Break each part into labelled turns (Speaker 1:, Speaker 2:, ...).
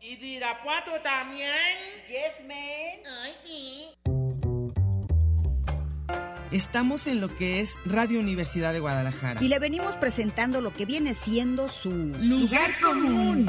Speaker 1: ¿Y de Irapuato también?
Speaker 2: Yes, man.
Speaker 1: Ay, sí.
Speaker 3: Estamos en lo que es Radio Universidad de Guadalajara.
Speaker 2: Y le venimos presentando lo que viene siendo su
Speaker 3: Lugar común.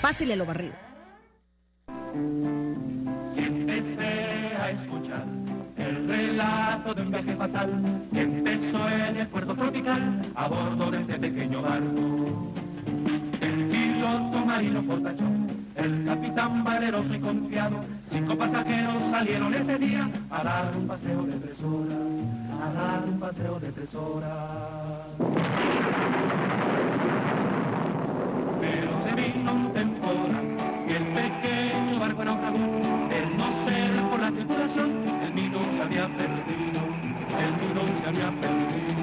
Speaker 2: Pásele lo barrido.
Speaker 4: Empecé a escuchar el relato de un viaje fatal que empezó en el puerto tropical a bordo de este pequeño barco. El piloto marino fortachón, el capitán valeroso y confiado, cinco pasajeros salieron ese día a dar un paseo de tres horas, a dar un paseo de tres horas. pero se vino un temporal y el pequeño barco naufragó. El no ser por la tripulación, el nido se había perdido, el nido se había perdido.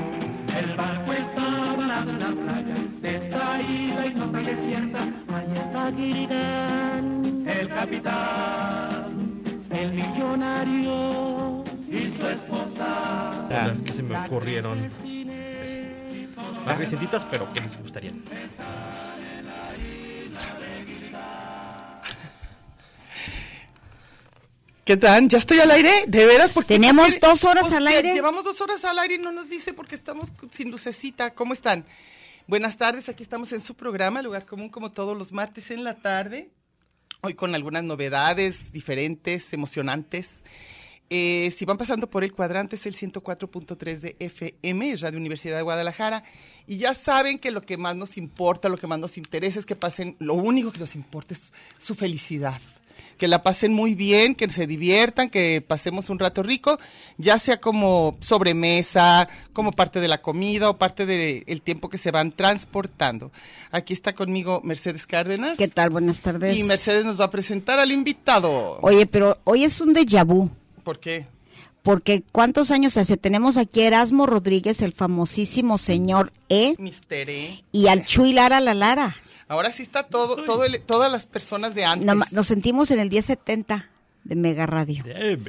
Speaker 4: El barco estaba varado en la playa, descaída y no tan desierta. Allí está Quirigán, el capitán, el millonario y su esposa.
Speaker 5: Las Ah, que se me ocurrieron. Más recientitas, pero que les gustarían.
Speaker 3: ¿Qué tal? ¿Ya estoy al aire? ¿De veras? Porque
Speaker 2: Tenemos dos horas al aire.
Speaker 3: Llevamos dos horas al aire y no nos dice porque estamos cu- sin lucecita. ¿Cómo están? Buenas tardes, aquí estamos en su programa, Lugar Común, como todos los martes en la tarde. Hoy con algunas novedades diferentes, emocionantes. Eh, si van pasando por el cuadrante, es el 104.3 de FM, es Radio Universidad de Guadalajara. Y ya saben que lo que más nos importa, lo que más nos interesa es que pasen, lo único que nos importa es su felicidad. Que la pasen muy bien, que se diviertan, que pasemos un rato rico, ya sea como sobremesa, como parte de la comida o parte del tiempo que se van transportando. Aquí está conmigo Mercedes Cárdenas.
Speaker 2: ¿Qué tal? Buenas tardes.
Speaker 3: Y Mercedes nos va a presentar al invitado.
Speaker 2: Pues, Oye, pero hoy es un déjà vu.
Speaker 3: ¿Por qué?
Speaker 2: Porque ¿cuántos años hace? Tenemos aquí a Erasmo Rodríguez, el famosísimo señor E,
Speaker 3: Mister E.
Speaker 2: y al Chuy Lara la Lara.
Speaker 3: Ahora sí está todo, todo el- todas las personas de antes.
Speaker 2: Nada más, nos sentimos en el 1070 de Mega Radio.
Speaker 3: ¿Ves?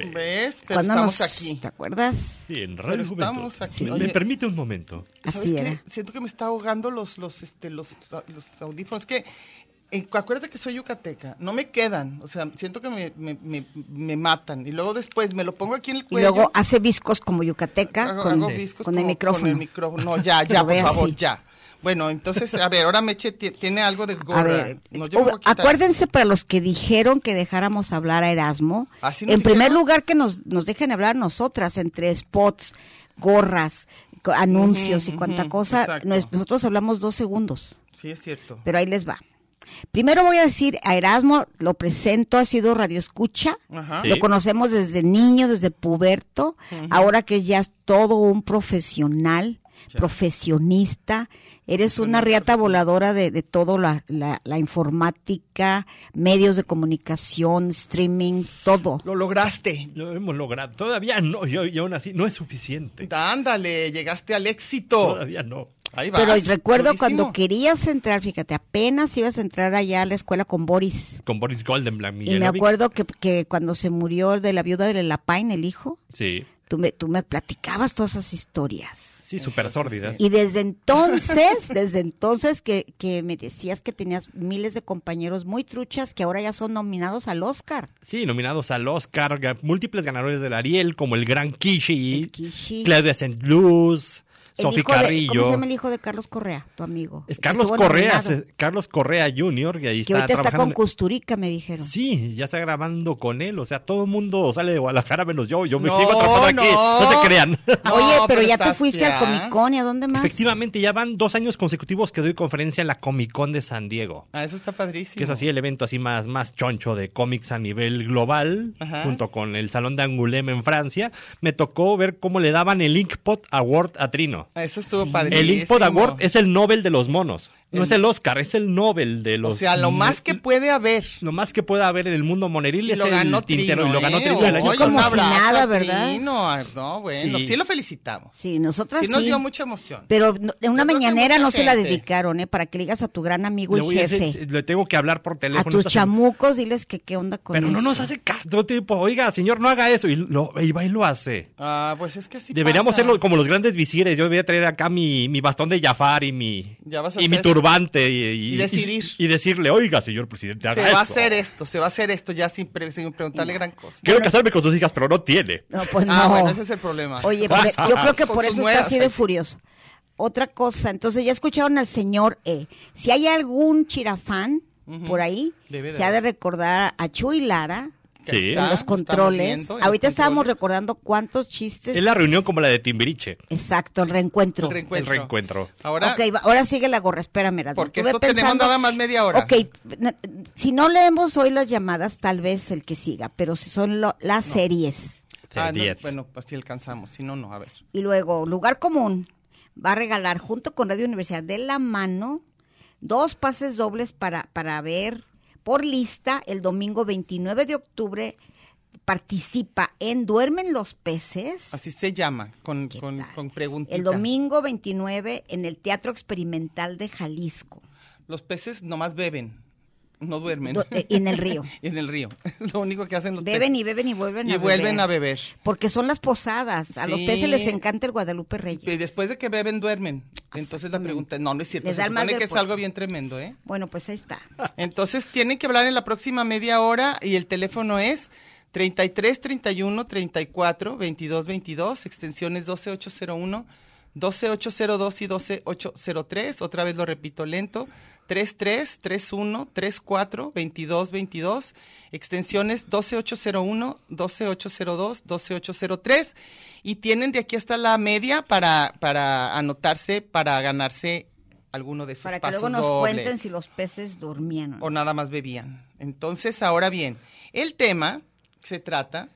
Speaker 3: Pero
Speaker 2: Cuando
Speaker 3: estamos
Speaker 2: nos-
Speaker 3: aquí.
Speaker 2: ¿Te acuerdas?
Speaker 5: Sí, en
Speaker 3: Pero
Speaker 5: Radio Juventud.
Speaker 3: estamos aquí.
Speaker 5: ¿Me
Speaker 3: Oye.
Speaker 5: permite un momento?
Speaker 2: Así era.
Speaker 3: Siento que me está ahogando los, los, este, los, los audífonos. Que, eh, acuérdate que soy yucateca. No me quedan. O sea, siento que me, me- me- me matan. Y luego después me lo pongo aquí en el
Speaker 2: Y
Speaker 3: cuello.
Speaker 2: luego hace discos como Yucateca
Speaker 3: hago-
Speaker 2: con,
Speaker 3: hago discos
Speaker 2: con el
Speaker 3: como-
Speaker 2: micrófono.
Speaker 3: Con el micrófono. No, ya,
Speaker 2: Que
Speaker 3: ya,
Speaker 2: lo
Speaker 3: por
Speaker 2: vea
Speaker 3: favor,
Speaker 2: así.
Speaker 3: ya. Bueno, entonces, a ver, ahora Meche ti- tiene algo de gorra.
Speaker 2: A ver, oh,
Speaker 3: No, yo me voy a quitar.
Speaker 2: acuérdense para los que dijeron que dejáramos hablar a Erasmo,
Speaker 3: ¿Así
Speaker 2: en
Speaker 3: nos
Speaker 2: primer
Speaker 3: dijeron?
Speaker 2: lugar que nos, nos dejen hablar nosotras entre spots, gorras, co- anuncios y
Speaker 3: Ujú,
Speaker 2: cuanta
Speaker 3: ujú,
Speaker 2: cosa,
Speaker 3: exacto.
Speaker 2: nos- nosotros hablamos dos segundos,
Speaker 3: Sí, es cierto.
Speaker 2: pero ahí les va. Primero voy a decir a Erasmo, lo presento, ha sido Radio Escucha,
Speaker 3: Ajá.
Speaker 5: Sí.
Speaker 2: lo conocemos desde niño, desde puberto, ahora que ya es todo un profesional, profesionista, eres una riata voladora de, de todo la, la- la informática, medios de comunicación, streaming, todo.
Speaker 3: Lo lograste.
Speaker 5: Lo hemos logrado. Todavía no, yo, yo aún así, no es suficiente.
Speaker 3: Ándale, llegaste al éxito.
Speaker 5: Todavía no.
Speaker 3: Ahí vas.
Speaker 2: Pero recuerdo cuando
Speaker 3: durísimo.
Speaker 2: querías entrar, fíjate, apenas ibas a entrar allá a la escuela con Boris.
Speaker 5: Con Boris Goldenblatt,
Speaker 2: Y me
Speaker 5: Miguelovic.
Speaker 2: acuerdo que, que cuando se murió de la viuda de Lapain, el hijo,
Speaker 5: Sí,
Speaker 2: tú me, tú me platicabas todas esas historias.
Speaker 5: sí, súper sórdidas.
Speaker 2: Y desde entonces, desde entonces que, que me decías que tenías miles de compañeros muy truchas que ahora ya son nominados al Oscar.
Speaker 5: Sí, nominados al Oscar, ga- múltiples ganadores del Ariel, como el Gran Kishi,
Speaker 2: El Kishi.
Speaker 5: Claudia Saint-Luz,
Speaker 2: El
Speaker 5: Sofi
Speaker 2: hijo de- ¿Cómo
Speaker 5: Carrillo.
Speaker 2: se llama el hijo de Carlos Correa, tu amigo? El
Speaker 5: Es
Speaker 2: que
Speaker 5: Carlos
Speaker 2: estuvo
Speaker 5: Correa,
Speaker 2: nominado,
Speaker 5: se- Carlos Correa Jr., que ahí
Speaker 2: que
Speaker 5: está
Speaker 2: ahorita está
Speaker 5: trabajando
Speaker 2: con
Speaker 5: en-
Speaker 2: Custurica, me dijeron.
Speaker 5: Sí, ya está grabando con él. O sea, todo el mundo sale de Guadalajara menos yo. Yo me
Speaker 3: No,
Speaker 5: sigo atrapando aquí.
Speaker 3: no.
Speaker 5: No te crean.
Speaker 3: No,
Speaker 2: Oye, pero, ya te
Speaker 3: estás
Speaker 2: fuiste
Speaker 3: ya.
Speaker 2: al Comic Con y a dónde más.
Speaker 5: Efectivamente, ya van dos años consecutivos que doy conferencia en la Comic Con de San Diego.
Speaker 3: Ah, eso está padrísimo.
Speaker 5: Que es así el evento así más, más choncho de cómics a nivel global,
Speaker 3: Ajá.
Speaker 5: junto con el Salón de Angoulême en Francia. Me tocó ver cómo le daban el Inkpot Award a Trino.
Speaker 3: Ah, Eso estuvo padrísimo.
Speaker 5: El Inkpot Award es el Nobel de los monos. No
Speaker 3: El-
Speaker 5: es el Oscar, es el Nobel de los...
Speaker 3: O sea, lo más que puede haber.
Speaker 5: Lo más que pueda haber en el mundo moneril
Speaker 3: Y
Speaker 5: es
Speaker 3: lo
Speaker 5: el
Speaker 3: ganó
Speaker 5: tintero.
Speaker 3: Trino,
Speaker 5: y lo ganó
Speaker 3: ¿eh?
Speaker 5: Trino el año
Speaker 2: Oye, como
Speaker 5: pasado.
Speaker 2: si nada,
Speaker 3: a
Speaker 2: ¿verdad?
Speaker 3: Trino. ah, No, bueno. Sí,
Speaker 5: Sí.
Speaker 3: lo felicitamos.
Speaker 2: Sí, nosotras
Speaker 3: Sí,
Speaker 2: sí.
Speaker 3: nos dio mucha emoción.
Speaker 2: Pero no- en una
Speaker 3: Yo creo que
Speaker 2: mañanera
Speaker 3: mucha
Speaker 2: no se la
Speaker 3: gente.
Speaker 2: dedicaron, ¿eh? Para que le digas a tu gran amigo
Speaker 5: Le
Speaker 2: y
Speaker 5: voy a decir,
Speaker 2: jefe.
Speaker 5: le tengo que hablar por
Speaker 2: A
Speaker 5: teléfono.
Speaker 2: tus
Speaker 5: esta semana.
Speaker 2: chamucos, diles que qué onda con
Speaker 5: Pero no
Speaker 2: eso.
Speaker 5: nos hace caso, tipo, oiga, señor, no haga eso. Y lo, y va y lo hace.
Speaker 3: Ah, pues es que así
Speaker 5: Deberíamos
Speaker 3: pasa.
Speaker 5: serlo como los grandes visires. Yo voy a traer acá mi, mi bastón de Jafar y mi,
Speaker 3: Ya vas a
Speaker 5: y mi
Speaker 3: hacer-
Speaker 5: turbante. Y,
Speaker 3: Y decidir.
Speaker 5: y decirle, oiga, señor presidente, haga
Speaker 3: Se va a
Speaker 5: eso.
Speaker 3: hacer esto, se va a hacer esto ya sin, pre- sin preguntarle gran cosa.
Speaker 5: Quiero casarme con sus hijas, pero no tiene.
Speaker 2: No, pues
Speaker 3: Ah,
Speaker 2: no.
Speaker 3: bueno, ese es el problema.
Speaker 2: Oye, por- yo creo que
Speaker 3: Con
Speaker 2: por
Speaker 3: sus
Speaker 2: eso está
Speaker 3: nuevas,
Speaker 2: así de
Speaker 3: ahí.
Speaker 2: furioso. Otra cosa, entonces ya escucharon al señor E. Si hay algún chirafán
Speaker 3: Ujú.
Speaker 2: por ahí,
Speaker 3: Debe de
Speaker 2: se ha de
Speaker 3: haber.
Speaker 2: recordar a Chuy Lara
Speaker 3: Que
Speaker 5: Sí.
Speaker 2: en
Speaker 3: está,
Speaker 2: los
Speaker 3: lo estamos
Speaker 2: controles.
Speaker 3: viendo, en los
Speaker 2: Ahorita estábamos
Speaker 3: controles.
Speaker 2: recordando cuántos chistes.
Speaker 5: Es la reunión como la de Timbiriche.
Speaker 2: Exacto, el reencuentro.
Speaker 3: El reencuentro.
Speaker 5: El reencuentro.
Speaker 3: Ahora,
Speaker 2: Ok, va- ahora sigue la gorra, espérame. Radul.
Speaker 3: Porque
Speaker 2: Tú ve
Speaker 3: esto tenemos nada más media hora.
Speaker 2: Ok, na- si no leemos hoy las llamadas, tal vez el que siga, pero si son lo- las series.
Speaker 3: ah, no,
Speaker 5: Diez.
Speaker 3: bueno, así alcanzamos, si no, no, a ver.
Speaker 2: Y luego, Lugar Común va a regalar junto con Radio Universidad de la mano dos pases dobles para, para ver por lista el domingo 29 de octubre. Participa en Duermen los Peces.
Speaker 3: Así se llama, con,
Speaker 2: ¿Qué
Speaker 3: con,
Speaker 2: tal?
Speaker 3: con preguntita.
Speaker 2: El domingo 29 en el Teatro Experimental de Jalisco.
Speaker 3: Los peces nomás beben, no duermen.
Speaker 2: Do- eh, en el río.
Speaker 3: en el río, es lo único que hacen los
Speaker 2: Beben y
Speaker 3: peces.
Speaker 2: beben y vuelven a
Speaker 3: y vuelven
Speaker 2: beber.
Speaker 3: a beber.
Speaker 2: Porque son las posadas. A los
Speaker 3: Sí.
Speaker 2: peces les encanta el Guadalupe
Speaker 3: Y
Speaker 2: Reyes.
Speaker 3: después de que beben, duermen. Entonces la
Speaker 2: Exactamente.
Speaker 3: pregunta, no, no es cierto,
Speaker 2: Les
Speaker 3: se
Speaker 2: da el mal
Speaker 3: supone
Speaker 2: del
Speaker 3: que es
Speaker 2: puerco.
Speaker 3: algo bien tremendo, ¿eh?
Speaker 2: Bueno, pues ahí está.
Speaker 3: Entonces tienen que hablar en la próxima media hora y el teléfono es 33 31 34 22 22, extensiones 12801, 12802 y 12803. Otra vez lo repito lento: 33 31 34 22 22, extensiones 12801, 12802, 12803. Y tienen de aquí hasta la media para, para anotarse, para ganarse alguno de esos
Speaker 2: Para que
Speaker 3: pasos
Speaker 2: luego nos
Speaker 3: dobles
Speaker 2: cuenten si los peces durmieron.
Speaker 3: o nada más bebían. Entonces, ahora bien, el tema se trata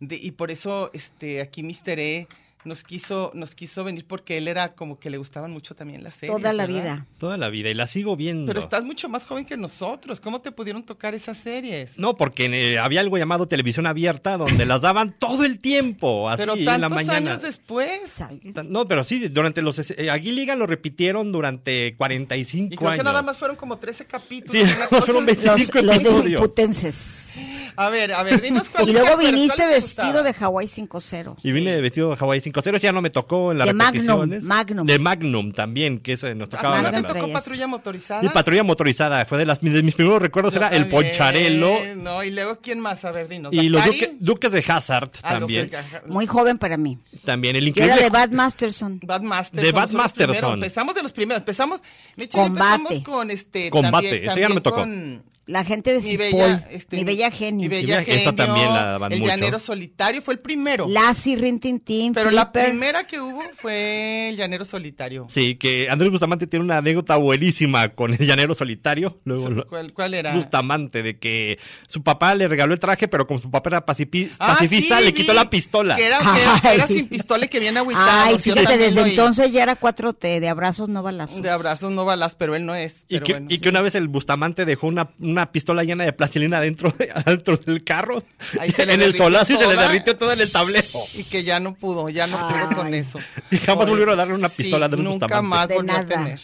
Speaker 3: de, y por eso este aquí Mister E nos quiso, nos quiso venir porque él era como que le gustaban mucho también las series.
Speaker 2: Toda la
Speaker 3: ¿verdad?
Speaker 2: vida.
Speaker 5: Toda la vida. Y la sigo viendo.
Speaker 3: Pero estás mucho más joven que nosotros. ¿Cómo te pudieron tocar esas series?
Speaker 5: No, porque eh, había algo llamado televisión abierta donde las daban todo el tiempo, así
Speaker 3: Pero
Speaker 5: en la
Speaker 3: tantos
Speaker 5: mañana.
Speaker 3: años después.
Speaker 2: Sal-
Speaker 5: Tan- No, pero sí, durante los... Eh, Aguiliga lo repitieron durante 45
Speaker 3: Y creo
Speaker 5: años.
Speaker 3: que nada más fueron como 13 capítulos.
Speaker 5: Sí,
Speaker 3: una cosa
Speaker 5: fueron
Speaker 3: así.
Speaker 5: 25
Speaker 2: Los, los
Speaker 5: episodios.
Speaker 2: putenses.
Speaker 3: A ver, a ver, dinos cuál
Speaker 2: Y
Speaker 3: cuál-
Speaker 2: luego
Speaker 3: cuál-
Speaker 2: viniste
Speaker 3: cuál te
Speaker 2: vestido
Speaker 3: gustaba.
Speaker 2: de Hawái 5-0.
Speaker 5: Y vine vestido de Hawái 5-0, ya no me tocó en las
Speaker 2: De Magnum,
Speaker 5: repeticiones.
Speaker 2: Magnum.
Speaker 5: De Magnum también, que eso nos
Speaker 3: ¿A
Speaker 5: tocaba
Speaker 3: ti
Speaker 2: Magnum
Speaker 3: no te
Speaker 5: la- la-
Speaker 3: tocó
Speaker 2: Reyes.
Speaker 3: patrulla motorizada?
Speaker 5: Y patrulla motorizada, fue de, las, de mis primeros recuerdos,
Speaker 3: Yo
Speaker 5: era el
Speaker 3: también.
Speaker 5: Poncharelo
Speaker 3: No, y luego quién más, a ver, dinos.
Speaker 5: y los
Speaker 3: Bacari.
Speaker 5: duque- duques de Hazard
Speaker 3: Ah, los
Speaker 5: también.
Speaker 3: del Caja-
Speaker 2: Muy joven para mí.
Speaker 5: También el
Speaker 2: Yo era
Speaker 5: increíble...
Speaker 2: de Bad Masterson.
Speaker 3: Bad Masterson.
Speaker 5: De
Speaker 3: son
Speaker 5: Bad
Speaker 3: los
Speaker 5: Masterson.
Speaker 3: primeros. Empezamos de los primeros. Empezamos, Michelle,
Speaker 2: Combate.
Speaker 3: empezamos con este.
Speaker 5: Combate,
Speaker 3: también-
Speaker 5: ese ya no me tocó.
Speaker 3: también con
Speaker 2: La gente de
Speaker 3: Mi
Speaker 2: Cipoll.
Speaker 3: bella, este,
Speaker 2: mi bella genio.
Speaker 3: Mi
Speaker 5: Mi
Speaker 3: bella
Speaker 5: Bella-
Speaker 3: genio.
Speaker 5: esa también la daban
Speaker 3: el
Speaker 5: mucho.
Speaker 3: llanero solitario fue el primero.
Speaker 2: Lassie, Rin Tin Tin,
Speaker 3: pero la
Speaker 2: Flipper.
Speaker 3: primera que hubo fue el llanero solitario.
Speaker 5: Sí, que Andrés Bustamante tiene una anécdota buenísima con el llanero solitario. Luego lo-
Speaker 3: ¿Cuál, cuál era?
Speaker 5: Bustamante, de que su papá le regaló el traje, pero como su papá era pacifi-
Speaker 3: Ah,
Speaker 5: pacifista,
Speaker 3: sí,
Speaker 5: le
Speaker 3: vi
Speaker 5: quitó la pistola.
Speaker 3: Que era, que era- que era
Speaker 2: Ay.
Speaker 3: sin pistola y que viene agüitado.
Speaker 2: Ay,
Speaker 3: sí, yo
Speaker 2: fíjate,
Speaker 3: también
Speaker 2: desde
Speaker 3: lo oí.
Speaker 2: entonces ya era 4T, de abrazos no balazos.
Speaker 3: De abrazos no balas, pero él no es.
Speaker 5: Y,
Speaker 3: pero
Speaker 5: que,
Speaker 3: bueno,
Speaker 5: y
Speaker 3: sí.
Speaker 5: que una vez el Bustamante dejó una, una pistola llena de plastilina dentro, de- adentro del carro,
Speaker 3: Ahí se le
Speaker 5: en el
Speaker 3: derritió
Speaker 5: solazo y se le
Speaker 3: toda.
Speaker 5: derritió todo en el tablero.
Speaker 3: Y que ya no pudo, ya no pudo con
Speaker 2: Ay.
Speaker 3: eso.
Speaker 5: Y jamás
Speaker 3: Oye,
Speaker 5: volvieron a darle una
Speaker 3: sí,
Speaker 5: pistola a Andrés
Speaker 3: Nunca
Speaker 5: Bustamante.
Speaker 3: más
Speaker 2: De
Speaker 3: volvió a
Speaker 2: nada.
Speaker 3: tener.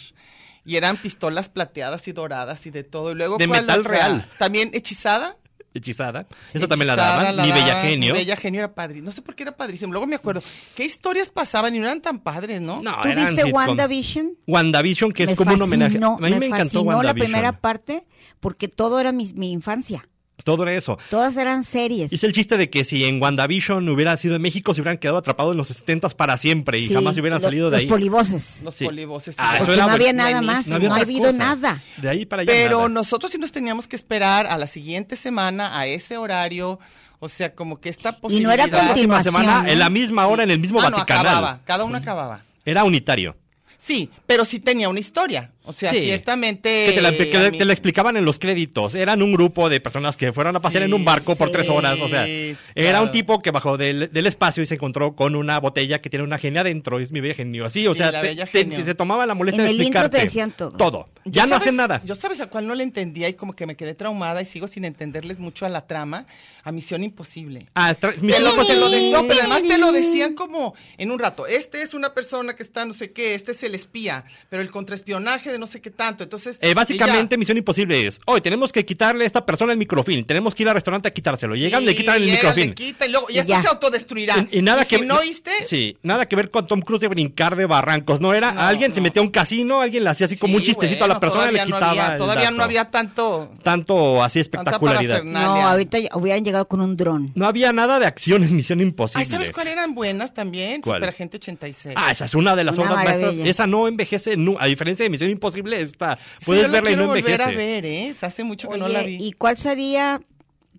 Speaker 3: Y eran pistolas plateadas y doradas y de todo. Y luego,
Speaker 5: De
Speaker 3: ¿cuál
Speaker 5: metal
Speaker 3: otra?
Speaker 5: real.
Speaker 3: También hechizada.
Speaker 5: Hechizada. Eso también la
Speaker 3: Hechizada
Speaker 5: daban. Mi bella
Speaker 3: daban,
Speaker 5: genio.
Speaker 3: Mi bella genio era padre. No sé por qué era padrísimo. Luego me acuerdo. ¿Qué historias pasaban y no eran tan padres, no?
Speaker 5: No,
Speaker 2: ¿Tú
Speaker 5: eran
Speaker 2: viste
Speaker 5: sitcom.
Speaker 2: WandaVision?
Speaker 5: WandaVision, que es
Speaker 2: Me
Speaker 5: como un homenaje. A
Speaker 2: fascinó,
Speaker 5: mí me, encantó
Speaker 2: fascinó la
Speaker 5: WandaVision.
Speaker 2: primera parte porque todo era mi, mi infancia.
Speaker 5: Todo era eso.
Speaker 2: Todas eran series.
Speaker 5: Hice el chiste de que si en WandaVision hubiera sido en México, se hubieran quedado atrapados en los 70 para siempre y
Speaker 2: Sí,
Speaker 5: jamás hubieran
Speaker 2: lo-
Speaker 5: salido de
Speaker 2: los
Speaker 5: ahí.
Speaker 2: polivoces.
Speaker 3: Los
Speaker 5: Sí.
Speaker 3: polivoces.
Speaker 5: Ah, eso
Speaker 2: Porque
Speaker 5: era
Speaker 2: no había
Speaker 5: buen-
Speaker 2: nada más,
Speaker 5: había
Speaker 2: no ha
Speaker 5: otra
Speaker 2: habido
Speaker 5: cosa.
Speaker 2: nada.
Speaker 5: De ahí para allá.
Speaker 3: Pero
Speaker 5: nada.
Speaker 3: nosotros sí nos teníamos que esperar a la siguiente semana, a ese horario. O sea, como que esta
Speaker 2: Y no
Speaker 3: posibilidad.
Speaker 2: era
Speaker 5: Próxima
Speaker 2: continuación.
Speaker 5: semana,
Speaker 2: ¿no?
Speaker 5: en la misma hora, en el mismo
Speaker 3: Ah, no,
Speaker 5: Vaticanal.
Speaker 3: acababa. Cada uno acababa.
Speaker 5: Era unitario.
Speaker 3: Sí, pero sí tenía una historia. O sea,
Speaker 5: Sí.
Speaker 3: ciertamente.
Speaker 5: que te, la, que
Speaker 3: a
Speaker 5: te-
Speaker 3: mí-
Speaker 5: te la explicaban en los créditos. Eran un grupo de personas que fueron a pasear
Speaker 3: Sí,
Speaker 5: en un barco por
Speaker 2: sí,
Speaker 5: tres horas. O sea, era
Speaker 3: claro.
Speaker 5: un tipo que bajó del, del espacio y se encontró con una botella que tiene una genia adentro. Es mi bella genio. Así, o
Speaker 3: Sí,
Speaker 5: sea,
Speaker 3: la
Speaker 5: te-
Speaker 3: bella
Speaker 5: te-
Speaker 3: genio.
Speaker 5: se tomaba la molestia
Speaker 2: En
Speaker 5: de
Speaker 2: el intro te
Speaker 5: explicarte
Speaker 2: decían todo.
Speaker 5: Todo.
Speaker 3: Yo
Speaker 5: Ya no
Speaker 3: sabes-
Speaker 5: hacen nada.
Speaker 3: Yo sabes a cuál no le entendía y como que me quedé traumada y sigo sin entenderles mucho a la trama, a Misión Imposible.
Speaker 5: Ah, tra-
Speaker 3: Te
Speaker 5: Misión
Speaker 3: lo, te lo
Speaker 5: Imposible.
Speaker 3: de- no, pero además te lo decían como en un rato. Este es una persona que está no sé qué, este es el espía, pero el contraespionaje de no sé qué tanto. Entonces,
Speaker 5: Eh, básicamente,
Speaker 3: ella-
Speaker 5: Misión Imposible es: hoy tenemos que quitarle a esta persona el microfilm. Tenemos que ir al restaurante a quitárselo. Llegan, le
Speaker 3: Sí,
Speaker 5: quitan el
Speaker 3: llegan,
Speaker 5: microfilm.
Speaker 3: le quitan, y luego y
Speaker 2: Y
Speaker 3: esto
Speaker 2: ya.
Speaker 3: se autodestruirá.
Speaker 5: Y, y nada que
Speaker 3: si no oíste,
Speaker 5: Sí, nada que ver con Tom Cruise de brincar de barrancos. No era
Speaker 3: No,
Speaker 5: alguien se
Speaker 3: no.
Speaker 5: metía a un casino, alguien le hacía así como un
Speaker 3: Sí,
Speaker 5: chistecito a la
Speaker 3: bueno,
Speaker 5: persona y le
Speaker 3: todavía no
Speaker 5: quitaba.
Speaker 3: había-
Speaker 5: el
Speaker 3: todavía
Speaker 5: dato.
Speaker 3: no había tanto
Speaker 5: tanto así
Speaker 3: tanta
Speaker 5: espectacularidad.
Speaker 2: No,
Speaker 3: parafernalia.
Speaker 2: ahorita ya hubieran llegado con un dron.
Speaker 5: No había nada de acción en Misión Imposible.
Speaker 3: Ay, ¿sabes cuáles eran buenas también?
Speaker 5: ¿Cuál?
Speaker 3: Superagente 86.
Speaker 5: Ah, esa es una de las
Speaker 2: Una
Speaker 5: obras maestras.
Speaker 2: maravilla.
Speaker 5: Esa no envejece, nu- a diferencia de Misión Imposible, esta
Speaker 3: Esa
Speaker 5: puedes
Speaker 3: yo la
Speaker 5: verla y
Speaker 3: quiero
Speaker 5: no envejece.
Speaker 3: volver a ver, ¿eh? Hace mucho que no
Speaker 2: Oye,
Speaker 3: la vi.
Speaker 2: ¿y cuál sería,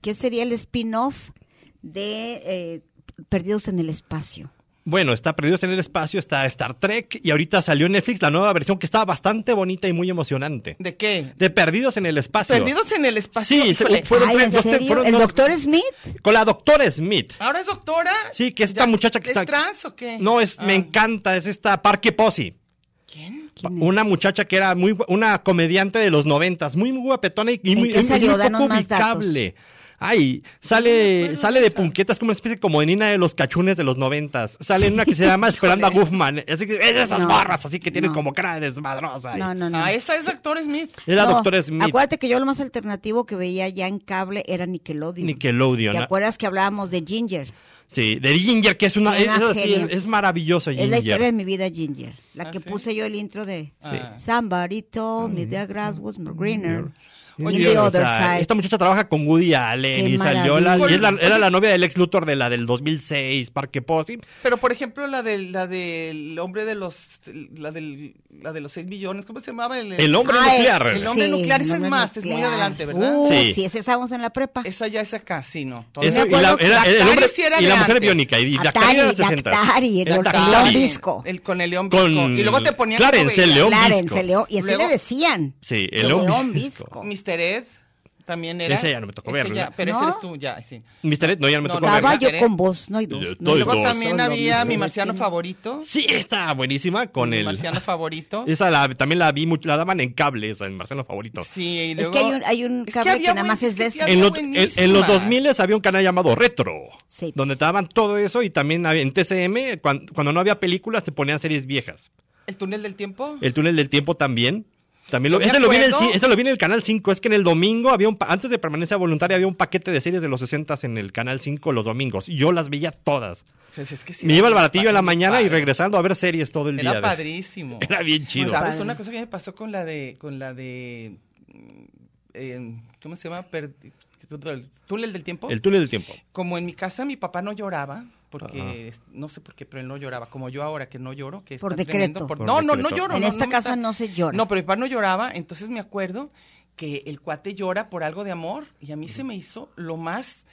Speaker 2: qué sería el spin-off de eh, Perdidos en el Espacio?
Speaker 5: Bueno, está Perdidos en el Espacio, está Star Trek y ahorita salió en Netflix la nueva versión que está bastante bonita y muy emocionante.
Speaker 3: ¿De qué?
Speaker 5: De Perdidos en el Espacio.
Speaker 3: Perdidos en el espacio.
Speaker 5: Sí, se-
Speaker 3: híjole.
Speaker 5: fue- Fueron
Speaker 2: Ay, Ah,
Speaker 5: tres-
Speaker 2: ¿en
Speaker 5: dos tem-
Speaker 2: serio?
Speaker 5: fueron
Speaker 2: ¿El
Speaker 5: dos-
Speaker 2: doctor Smith?
Speaker 5: Con la doctora Smith.
Speaker 3: ¿Ahora es doctora?
Speaker 5: Sí, que esta muchacha que
Speaker 3: ¿es
Speaker 5: está-
Speaker 3: trans o qué?
Speaker 5: No, es, me
Speaker 3: Ah.
Speaker 5: encanta, es esta Parque Posey.
Speaker 3: ¿Quién?
Speaker 2: ¿Quién es?
Speaker 5: Una muchacha que era muy gu- una comediante de los noventas, muy muy guapetona y, y
Speaker 2: ¿En
Speaker 5: muy,
Speaker 2: qué
Speaker 5: es- es
Speaker 2: salió?
Speaker 5: muy
Speaker 2: Danos
Speaker 5: poco
Speaker 2: más datos.
Speaker 5: ubicable. Ay,
Speaker 3: No me
Speaker 5: sale,
Speaker 3: acuerdo
Speaker 5: sale
Speaker 3: de
Speaker 5: de
Speaker 3: esa.
Speaker 5: punquetas como una especie como de nina de los cachunes de los noventas. Sale en una que se llama Esperando a Guzmán. Así que es de esas
Speaker 2: No,
Speaker 5: barras así que tienen
Speaker 2: no.
Speaker 5: como cara de desmadrosa. y-
Speaker 2: No, no, no.
Speaker 3: Ah, esa es doctor Smith.
Speaker 5: Era
Speaker 2: No,
Speaker 5: Doctor Smith.
Speaker 2: Acuérdate que yo lo más alternativo que veía ya en cable era Nickelodeon.
Speaker 5: Nickelodeon.
Speaker 2: ¿Te
Speaker 5: ¿no?
Speaker 2: acuerdas que hablábamos de Ginger?
Speaker 5: Sí, de Ginger, que es una.
Speaker 2: Era
Speaker 5: Es, es- sí,
Speaker 2: genio.
Speaker 5: es- es maravilloso,
Speaker 2: Es la historia de
Speaker 5: Ginger.
Speaker 2: mi vida, Ginger. La
Speaker 3: Ah,
Speaker 2: que
Speaker 3: ¿sí?
Speaker 2: puse yo el intro de
Speaker 5: Sí.
Speaker 3: Ah.
Speaker 2: Somebody told me the grass was greener. on
Speaker 5: Oye,
Speaker 2: the
Speaker 5: o
Speaker 2: other
Speaker 5: sea,
Speaker 2: side.
Speaker 5: Esta muchacha trabaja con Woody Allen
Speaker 2: Qué
Speaker 5: y salió la, y es la-
Speaker 3: maravilla.
Speaker 5: era la novia del ex Luthor de la del 2006, Parque Posey.
Speaker 3: Pero por ejemplo, la del, la del hombre de los la del, la de los 6 millones, ¿cómo se llamaba? El,
Speaker 5: El hombre
Speaker 2: Ah,
Speaker 5: nuclear.
Speaker 3: el hombre nuclear, ese
Speaker 2: el
Speaker 3: es
Speaker 2: hombre
Speaker 3: más, es muy adelante, ¿verdad?
Speaker 2: Uh,
Speaker 5: Sí.
Speaker 2: sí. ese estábamos en la prepa.
Speaker 3: Esa ya es acá, sí, no.
Speaker 5: Eso,
Speaker 2: Me
Speaker 5: y la,
Speaker 2: acuerdo que
Speaker 5: era-
Speaker 3: Atari
Speaker 5: el hombre-
Speaker 3: sí era
Speaker 5: y
Speaker 3: de
Speaker 5: la mujer
Speaker 3: antes.
Speaker 5: biónica. Y Dactari
Speaker 2: Atari,
Speaker 5: era de 60.
Speaker 2: Dactari, el
Speaker 5: Era
Speaker 2: Dactari.
Speaker 5: Dactari.
Speaker 2: León Visco.
Speaker 3: El, con el león
Speaker 5: Con-
Speaker 3: Visco. Y luego te ponían
Speaker 5: Clarence,
Speaker 3: como
Speaker 5: el
Speaker 3: veía.
Speaker 5: león
Speaker 2: Clarence,
Speaker 5: Visco.
Speaker 2: el León. Y así
Speaker 3: Luego-
Speaker 2: le decían.
Speaker 5: Sí,
Speaker 2: El
Speaker 5: el hombre.
Speaker 2: león visco.
Speaker 3: Mr. Ed también era.
Speaker 5: Ese ya no me tocó
Speaker 3: Ese
Speaker 5: verlo,
Speaker 3: ya,
Speaker 5: ¿no?
Speaker 3: pero
Speaker 2: ¿No?
Speaker 3: ese eres tú, ya, sí.
Speaker 5: Mister Ed, no, ya no me
Speaker 3: No,
Speaker 5: tocó
Speaker 3: no,
Speaker 2: Estaba
Speaker 5: verla.
Speaker 3: ¿verdad?
Speaker 2: yo
Speaker 3: Era-
Speaker 2: con vos, no hay dos.
Speaker 5: Yo-
Speaker 2: no hay
Speaker 5: Y
Speaker 3: Luego
Speaker 2: dos.
Speaker 5: dos.
Speaker 3: también
Speaker 2: Son lo
Speaker 3: había
Speaker 2: mismo.
Speaker 3: mi marciano favorito.
Speaker 5: Sí, estaba buenísima con
Speaker 3: mi
Speaker 5: el.
Speaker 3: marciano favorito.
Speaker 5: Esa la, también la vi mucho, la daban en cable, esa, en Marcelo Favorito.
Speaker 3: Sí, y
Speaker 2: Es
Speaker 3: luego-
Speaker 2: que hay un, hay un
Speaker 3: Es que
Speaker 2: cable que,
Speaker 3: había
Speaker 2: nada
Speaker 3: buen-
Speaker 2: más
Speaker 3: es
Speaker 2: es
Speaker 3: que
Speaker 2: de este.
Speaker 3: sí
Speaker 2: ese.
Speaker 3: había-
Speaker 5: En los, en,
Speaker 3: buenísima.
Speaker 5: en los 2000 había un canal llamado Retro,
Speaker 2: Sí.
Speaker 5: donde te daban todo eso y también había- en TCM, cuan- cuando, no había películas, te ponían series viejas.
Speaker 3: El túnel del tiempo.
Speaker 5: El túnel del tiempo también. También lo,
Speaker 3: Yo me
Speaker 5: ese, lo vi en el,
Speaker 3: acuerdo.
Speaker 5: ci- ese lo vi en el canal 5. Es que en el domingo había un. pa- Antes de permanencia voluntaria había un paquete de series de los 60 en el canal 5 los domingos. y Yo las veía todas.
Speaker 3: Pues es que sí,
Speaker 5: Me iba al
Speaker 3: era
Speaker 5: baratillo en la
Speaker 3: muy
Speaker 5: mañana y
Speaker 3: padre.
Speaker 5: regresando a ver series todo el día.
Speaker 3: Era Pues, padrísimo.
Speaker 5: Era bien chido.
Speaker 3: ¿Sabes?
Speaker 2: padre.
Speaker 3: Una cosa que me pasó con la de. Con la de mm, eh, ¿Cómo se llama? Per- el túnel del tiempo.
Speaker 5: El túnel del tiempo.
Speaker 3: Como en mi casa mi papá no lloraba, porque
Speaker 5: Ajá.
Speaker 3: es- no sé por qué, pero él no lloraba. Como yo ahora que no lloro, que es
Speaker 2: Por
Speaker 3: tan
Speaker 2: decreto.
Speaker 3: tremendo, por-
Speaker 5: Por
Speaker 3: no, no,
Speaker 5: decreto.
Speaker 3: no lloro.
Speaker 2: En
Speaker 3: no,
Speaker 2: esta
Speaker 3: no me
Speaker 2: casa
Speaker 3: está-
Speaker 2: no se llora.
Speaker 3: No, pero mi papá no lloraba, entonces me acuerdo que el cuate llora por algo de amor y a mí se me hizo lo más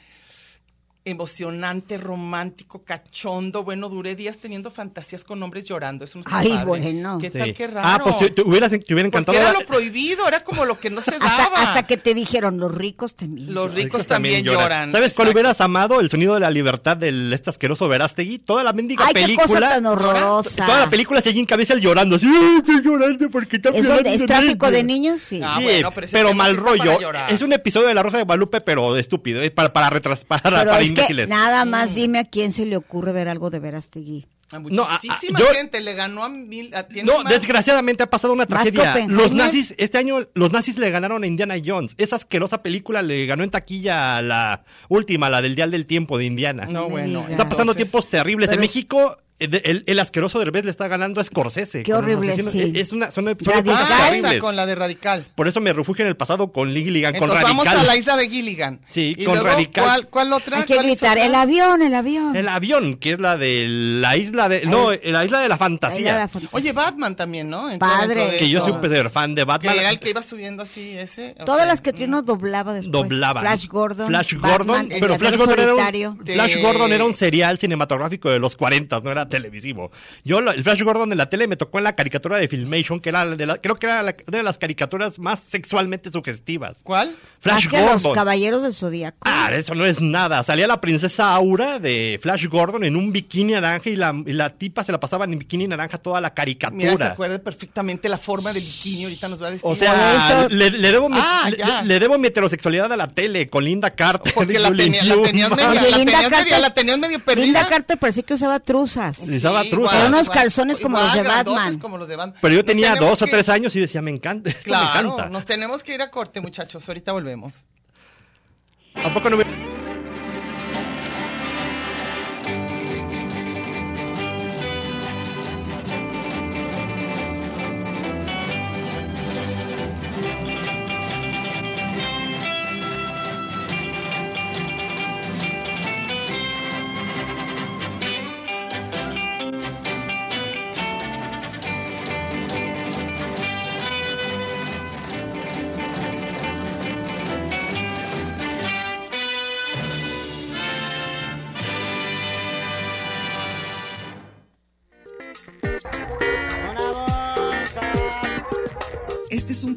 Speaker 3: emocionante, romántico, cachondo. Bueno, duré días teniendo fantasías con hombres llorando. Eso no está
Speaker 2: Ay,
Speaker 3: padre.
Speaker 2: bueno.
Speaker 3: ¿Qué
Speaker 5: Sí.
Speaker 3: tal? Qué raro.
Speaker 5: Ah, pues te, te hubieras- te hubiera
Speaker 3: Porque
Speaker 5: encantado.
Speaker 3: era
Speaker 5: la-
Speaker 3: lo prohibido, era como lo que no se daba.
Speaker 2: Hasta, hasta que te dijeron los ricos también.
Speaker 3: Los
Speaker 2: lloran.
Speaker 3: ricos también lloran.
Speaker 5: ¿Sabes cuál
Speaker 3: Exacto.
Speaker 5: hubieras amado? El sonido de la libertad del este asqueroso Verástegui. Toda la mendiga
Speaker 2: Ay, qué
Speaker 5: película.
Speaker 2: cosa tan horrorosa.
Speaker 5: Toda la película es Jim Caviezel llorando. así, "Ay, estoy llorando porque está
Speaker 2: ¿Eso
Speaker 5: violando
Speaker 2: de- es
Speaker 5: de
Speaker 2: tráfico
Speaker 5: niños".
Speaker 2: de niños? Sí.
Speaker 3: Ah,
Speaker 5: Sí,
Speaker 3: bueno, pero
Speaker 5: pero,
Speaker 3: ese tema sí
Speaker 5: mal
Speaker 3: está para
Speaker 5: rollo.
Speaker 3: llorar.
Speaker 5: Es un episodio de La Rosa de Guadalupe, pero estúpido. Es para, para retras, para,
Speaker 2: Pero
Speaker 5: para
Speaker 2: es que
Speaker 5: imbéciles.
Speaker 2: nada
Speaker 3: Mm.
Speaker 2: más dime a quién se le ocurre ver algo de Verástegui.
Speaker 3: A
Speaker 5: No, a- a-
Speaker 3: muchísima
Speaker 5: yo-
Speaker 3: gente le ganó a mil. a- tiene
Speaker 5: No,
Speaker 3: más-
Speaker 5: desgraciadamente ha pasado una
Speaker 2: Más
Speaker 5: tragedia.
Speaker 2: Oppenheimer.
Speaker 5: Los nazis, este año, los nazis le ganaron a Indiana Jones. Esa asquerosa película le ganó en taquilla a la última, la del Dial del Tiempo de Indiana.
Speaker 3: No,
Speaker 2: me
Speaker 3: bueno.
Speaker 2: digas.
Speaker 5: Está pasando
Speaker 3: entonces-
Speaker 5: tiempos terribles. en
Speaker 2: Pero-
Speaker 5: México, El, el- el asqueroso Derbez le está ganando a Scorsese.
Speaker 2: Qué
Speaker 5: con los
Speaker 2: horrible,
Speaker 5: asesinos.
Speaker 2: sí.
Speaker 5: Es- Es una, son
Speaker 2: Radical.
Speaker 5: son cosas
Speaker 3: Ah, esa
Speaker 5: horribles.
Speaker 3: con la de Radical.
Speaker 5: Por eso me refugio en el pasado con Lilligan, con
Speaker 3: Entonces
Speaker 5: Radical.
Speaker 3: vamos a la isla de Gilligan.
Speaker 5: Sí,
Speaker 3: Y
Speaker 5: con
Speaker 3: luego,
Speaker 5: Radical.
Speaker 3: ¿Cuál, cuál otra?
Speaker 2: Hay que
Speaker 3: ¿Cuál es
Speaker 2: gritar,
Speaker 3: otra?
Speaker 2: el avión, el avión.
Speaker 5: El avión, que es la de la isla de... No, la isla de la
Speaker 2: Ahí
Speaker 5: fantasía.
Speaker 2: era la foto.
Speaker 3: Oye, Batman también, ¿no?
Speaker 2: Padre.
Speaker 3: dentro de
Speaker 5: que yo
Speaker 3: eso.
Speaker 5: soy un super fan de
Speaker 3: Que
Speaker 5: Batman.
Speaker 3: era el que iba subiendo así, ese. o
Speaker 2: Todas
Speaker 3: sea,
Speaker 2: las que Trino doblaba después.
Speaker 5: doblaba.
Speaker 2: Flash Gordon.
Speaker 5: Mm. Flash
Speaker 2: Batman,
Speaker 5: Gordon,
Speaker 2: El
Speaker 5: pero
Speaker 2: Llanero
Speaker 5: Flash Gordon, era
Speaker 2: solitario.
Speaker 5: un, Flash
Speaker 3: Sí.
Speaker 5: Gordon era un serial cinematográfico de los 40, no era televisivo. Yo lo- el Flash Gordon en la tele me tocó en la caricatura de Filmation, que era la de la- creo que era la- una de las caricaturas más sexualmente sugestivas.
Speaker 3: ¿Cuál?
Speaker 5: Flash
Speaker 2: Más que los
Speaker 5: Gordon.
Speaker 2: caballeros del zodíaco.
Speaker 5: Ah, eso no es nada. Salía la princesa Aura de Flash Gordon en un bikini naranja y la, y la tipa se la pasaba en bikini naranja toda
Speaker 3: Mira,
Speaker 5: la
Speaker 3: se
Speaker 5: caricatura.
Speaker 3: acuerda perfectamente la forma del bikini, ahorita nos va a decir.
Speaker 5: o sea,
Speaker 2: Por eso-
Speaker 5: le, le debo mi,
Speaker 3: Ah,
Speaker 5: le-
Speaker 3: ya.
Speaker 5: le debo mi heterosexualidad a la tele con Linda Carter. y
Speaker 3: porque la,
Speaker 5: Julie
Speaker 3: tenía, la
Speaker 5: Newman.
Speaker 3: tenías medio,
Speaker 2: Oye,
Speaker 3: la,
Speaker 2: Linda
Speaker 3: tenías medio,
Speaker 2: Carter-
Speaker 3: la tenías medio perdida.
Speaker 2: Linda Carter parecía que usaba truzas.
Speaker 5: Sí. usaba
Speaker 3: igual,
Speaker 5: truzas.
Speaker 2: Pero unos
Speaker 3: igual,
Speaker 2: calzones como los de
Speaker 3: grandotes
Speaker 2: Batman.
Speaker 3: como los de Batman.
Speaker 5: Pero yo
Speaker 3: Nos
Speaker 5: tenía
Speaker 3: tenemos
Speaker 5: dos o
Speaker 3: que-
Speaker 5: tres años y decía, me encanta, esto me
Speaker 3: Claro,
Speaker 5: encanta.
Speaker 3: nos tenemos que ir a corte, muchachos. Ahorita volvemos.
Speaker 5: ¿A poco no me-
Speaker 6: Este es un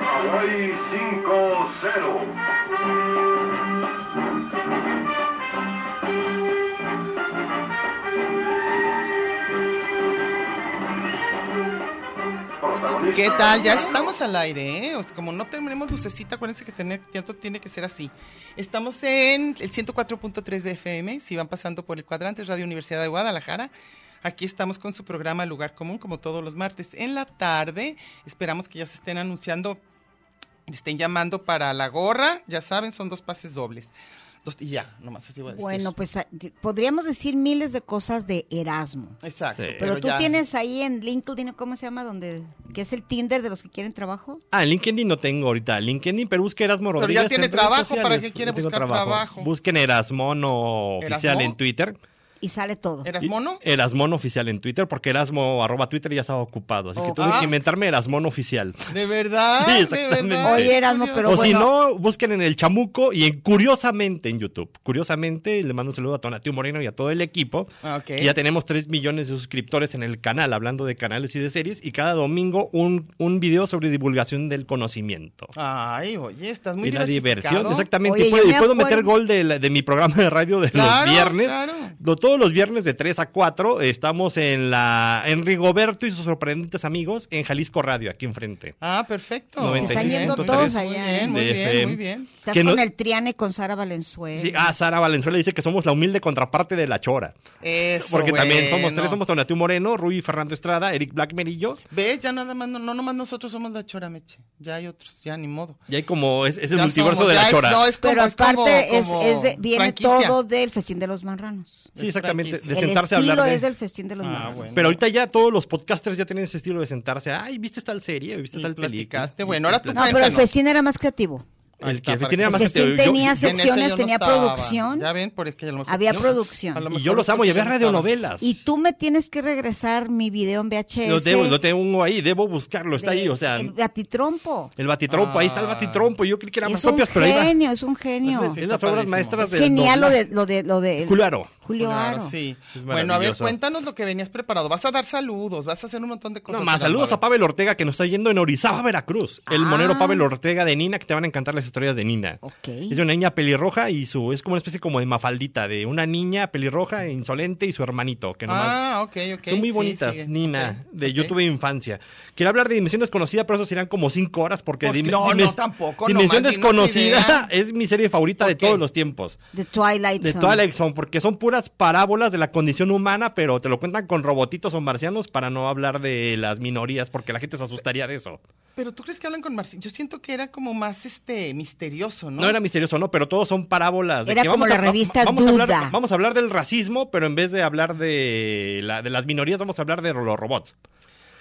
Speaker 7: Hawaii 5-0. Protagonista-
Speaker 3: ¿Qué tal? Ya estamos al aire, ¿eh? O sea, como no tenemos lucecita, acuérdense que tener tiempo tiene que ser así. Estamos en el 104.3 de FM, si van pasando por el cuadrante, es Radio Universidad de Guadalajara. Aquí estamos con su programa Lugar Común, como todos los martes. En la tarde, esperamos que ya se estén anunciando, estén llamando para la gorra, ya saben, son dos pases dobles. Dos- y ya, nomás así voy a decir.
Speaker 2: Bueno, pues a- di- podríamos decir miles de cosas de Erasmo.
Speaker 3: Exacto.
Speaker 5: Sí.
Speaker 2: pues, Pero, tú
Speaker 3: ya.
Speaker 2: tienes ahí en LinkedIn, ¿cómo se llama? Donde, que es el Tinder de los que quieren trabajo.
Speaker 5: Ah, en LinkedIn no tengo ahorita. LinkedIn, pero busque Erasmo
Speaker 3: ya
Speaker 5: Rodríguez.
Speaker 3: tiene
Speaker 5: en redes
Speaker 3: trabajo,
Speaker 5: sociales.
Speaker 3: ¿para qué quiere
Speaker 5: Yo tengo
Speaker 3: buscar trabajo?
Speaker 5: Busquen Erasmono
Speaker 3: ¿Erasmo?
Speaker 5: oficial en Twitter.
Speaker 2: Y sale todo.
Speaker 3: ¿Eras mono?
Speaker 5: Y- Erasmono oficial en Twitter, porque Erasmo arroba Twitter ya estaba ocupado. Así que
Speaker 2: Oh.
Speaker 5: tuve
Speaker 3: Ah.
Speaker 5: que inventarme Erasmono oficial.
Speaker 3: De verdad,
Speaker 5: Sí,
Speaker 3: de
Speaker 5: exactamente.
Speaker 3: verdad.
Speaker 2: Oye, Erasmo, pero
Speaker 5: o
Speaker 2: bueno.
Speaker 5: si no, busquen en el Chamuco y en Curiosamente en YouTube. Curiosamente, le mando un saludo a Tonatio Moreno y a todo el equipo.
Speaker 3: Ah, ok.
Speaker 5: Y ya tenemos 3 millones de suscriptores en el canal, hablando de canales y de series. Y cada domingo un, un video sobre divulgación del conocimiento.
Speaker 3: Ay, oye, estás muy
Speaker 5: y la diversión,
Speaker 3: diversificado.
Speaker 5: exactamente.
Speaker 2: Oye,
Speaker 5: y puedo,
Speaker 2: yo
Speaker 5: y
Speaker 2: me
Speaker 5: puedo
Speaker 2: acuerdo-
Speaker 5: meter gol de, la- de mi programa de radio de
Speaker 3: Claro,
Speaker 5: los viernes.
Speaker 3: claro.
Speaker 5: Lo- Todos los viernes de 3 a 4 estamos en la en Rigoberto y sus sorprendentes amigos en Jalisco Radio, aquí enfrente.
Speaker 3: Ah, perfecto.
Speaker 5: Se están
Speaker 3: Muy
Speaker 5: yendo
Speaker 3: bien,
Speaker 5: todos
Speaker 3: muy
Speaker 2: allá,
Speaker 3: bien,
Speaker 2: ¿eh?
Speaker 3: Muy
Speaker 5: De
Speaker 3: bien,
Speaker 5: FM.
Speaker 3: muy bien.
Speaker 2: Estás
Speaker 5: que
Speaker 2: con
Speaker 5: no-
Speaker 2: el Triana y con Sara
Speaker 3: Eh.
Speaker 2: Valenzuela.
Speaker 5: Sí, ah, Sara Valenzuela dice que somos la humilde contraparte de la chora.
Speaker 3: Eso,
Speaker 5: Porque también somos
Speaker 3: bueno.
Speaker 5: tres, somos Tonatiuh Moreno, Rui Fernando Estrada, Eric Blackmer y yo.
Speaker 3: Ve, ya nada más, no, no nomás nosotros somos la chora, Meche. Ya hay otros, ya ni modo.
Speaker 5: Y hay como, es, es el
Speaker 3: Ya
Speaker 5: multiverso
Speaker 3: somos,
Speaker 5: de
Speaker 3: ya
Speaker 5: la
Speaker 3: es-
Speaker 5: chora.
Speaker 3: No, es como,
Speaker 2: Pero
Speaker 3: es como-
Speaker 2: aparte es,
Speaker 3: como
Speaker 2: es de- viene
Speaker 3: franquicia.
Speaker 2: todo del Festín de los Marranos.
Speaker 5: sí, exactamente,
Speaker 3: franquicia.
Speaker 5: de
Speaker 2: El
Speaker 5: sentarse a
Speaker 2: estilo
Speaker 5: hablar de...
Speaker 2: es del Festín de los
Speaker 3: Ah,
Speaker 2: Marranos.
Speaker 3: bueno.
Speaker 5: Pero ahorita ya todos los podcasters ya tienen ese estilo de sentarse. Ay, ¿viste tal serie? ¿Viste
Speaker 3: Y
Speaker 5: tal película?
Speaker 3: platicaste. Bueno, ahora tú
Speaker 2: No, pero el
Speaker 3: Cuéntanos.
Speaker 2: Festín era más creativo.
Speaker 3: Ahí
Speaker 5: El
Speaker 3: está,
Speaker 5: que
Speaker 3: para
Speaker 5: tenía
Speaker 3: que-
Speaker 5: más
Speaker 2: Es que
Speaker 5: gente- yo-
Speaker 2: tenía
Speaker 3: En ese
Speaker 2: secciones,
Speaker 3: yo no
Speaker 2: tenía
Speaker 3: estaba.
Speaker 2: producción.
Speaker 3: Ya ven, por es que a lo mejor-
Speaker 2: Había
Speaker 3: no,
Speaker 2: producción.
Speaker 3: a lo
Speaker 5: Y
Speaker 3: mejor
Speaker 5: yo los amo, y
Speaker 3: porque
Speaker 5: había
Speaker 3: yo no estaba.
Speaker 5: radionovelas.
Speaker 2: Y tú me tienes que regresar mi video en VHS.
Speaker 5: Lo tengo, lo tengo ahí, debo buscarlo, está ahí, o sea,
Speaker 2: El batitrompo.
Speaker 5: el batitrompo, ahí está el
Speaker 3: Ah.
Speaker 5: batitrompo, yo creí que eran más
Speaker 2: Es un
Speaker 5: copias, pero ahí va.
Speaker 2: genio, es un genio.
Speaker 3: Ese
Speaker 5: Es
Speaker 3: sí
Speaker 5: las
Speaker 3: está
Speaker 5: obras
Speaker 3: padrísimo.
Speaker 5: maestras
Speaker 2: Es
Speaker 5: de
Speaker 2: genial lo de, lo de, lo de
Speaker 5: Julio Aro.
Speaker 2: Julio
Speaker 3: Claro,
Speaker 2: Aro.
Speaker 3: sí.
Speaker 5: Es
Speaker 3: Bueno, a ver,
Speaker 5: maravilloso.
Speaker 3: cuéntanos lo que venías preparado. Vas a dar saludos, vas a hacer un montón de cosas.
Speaker 5: No, más
Speaker 3: Adán,
Speaker 5: saludos
Speaker 3: ver.
Speaker 5: a Pavel Ortega que nos está yendo en Orizaba, Veracruz. El
Speaker 2: Ah.
Speaker 5: monero Pavel Ortega de Nina, que te van a encantar las historias de Nina.
Speaker 2: Ok.
Speaker 5: Es una niña pelirroja y su es como una especie como de mafaldita, de una niña pelirroja e insolente y su hermanito, que nomás
Speaker 3: Ah, ok, ok.
Speaker 5: Son muy
Speaker 3: sí,
Speaker 5: bonitas,
Speaker 3: sigue.
Speaker 5: Nina,
Speaker 3: Ok,
Speaker 5: de
Speaker 3: ok.
Speaker 5: Yo tuve infancia. Quiero hablar de Dimensión Desconocida, pero eso serán como cinco horas porque...
Speaker 3: Porque-
Speaker 5: Dime-
Speaker 3: no,
Speaker 5: Dime-
Speaker 3: no, tampoco,
Speaker 5: Dimensión
Speaker 3: nomás dinos tu
Speaker 5: Desconocida
Speaker 3: idea.
Speaker 5: es mi serie favorita
Speaker 3: ¿Por
Speaker 5: de
Speaker 3: qué?
Speaker 5: todos los tiempos.
Speaker 2: De Twilight
Speaker 5: De
Speaker 2: Zone.
Speaker 5: toda la Exxon, porque son puras parábolas de la condición humana, pero te lo cuentan con robotitos o marcianos para no hablar de las minorías, porque la gente se asustaría de eso.
Speaker 3: Pero tú crees que hablan con Marcin. Yo siento que era como más este misterioso, ¿no?
Speaker 5: No era misterioso, no, pero todos son parábolas.
Speaker 2: Era como la revista
Speaker 5: vamos a
Speaker 2: Duda.
Speaker 5: hablar, vamos a hablar del racismo, pero en vez de hablar de, la- de las minorías, vamos a hablar de los robots.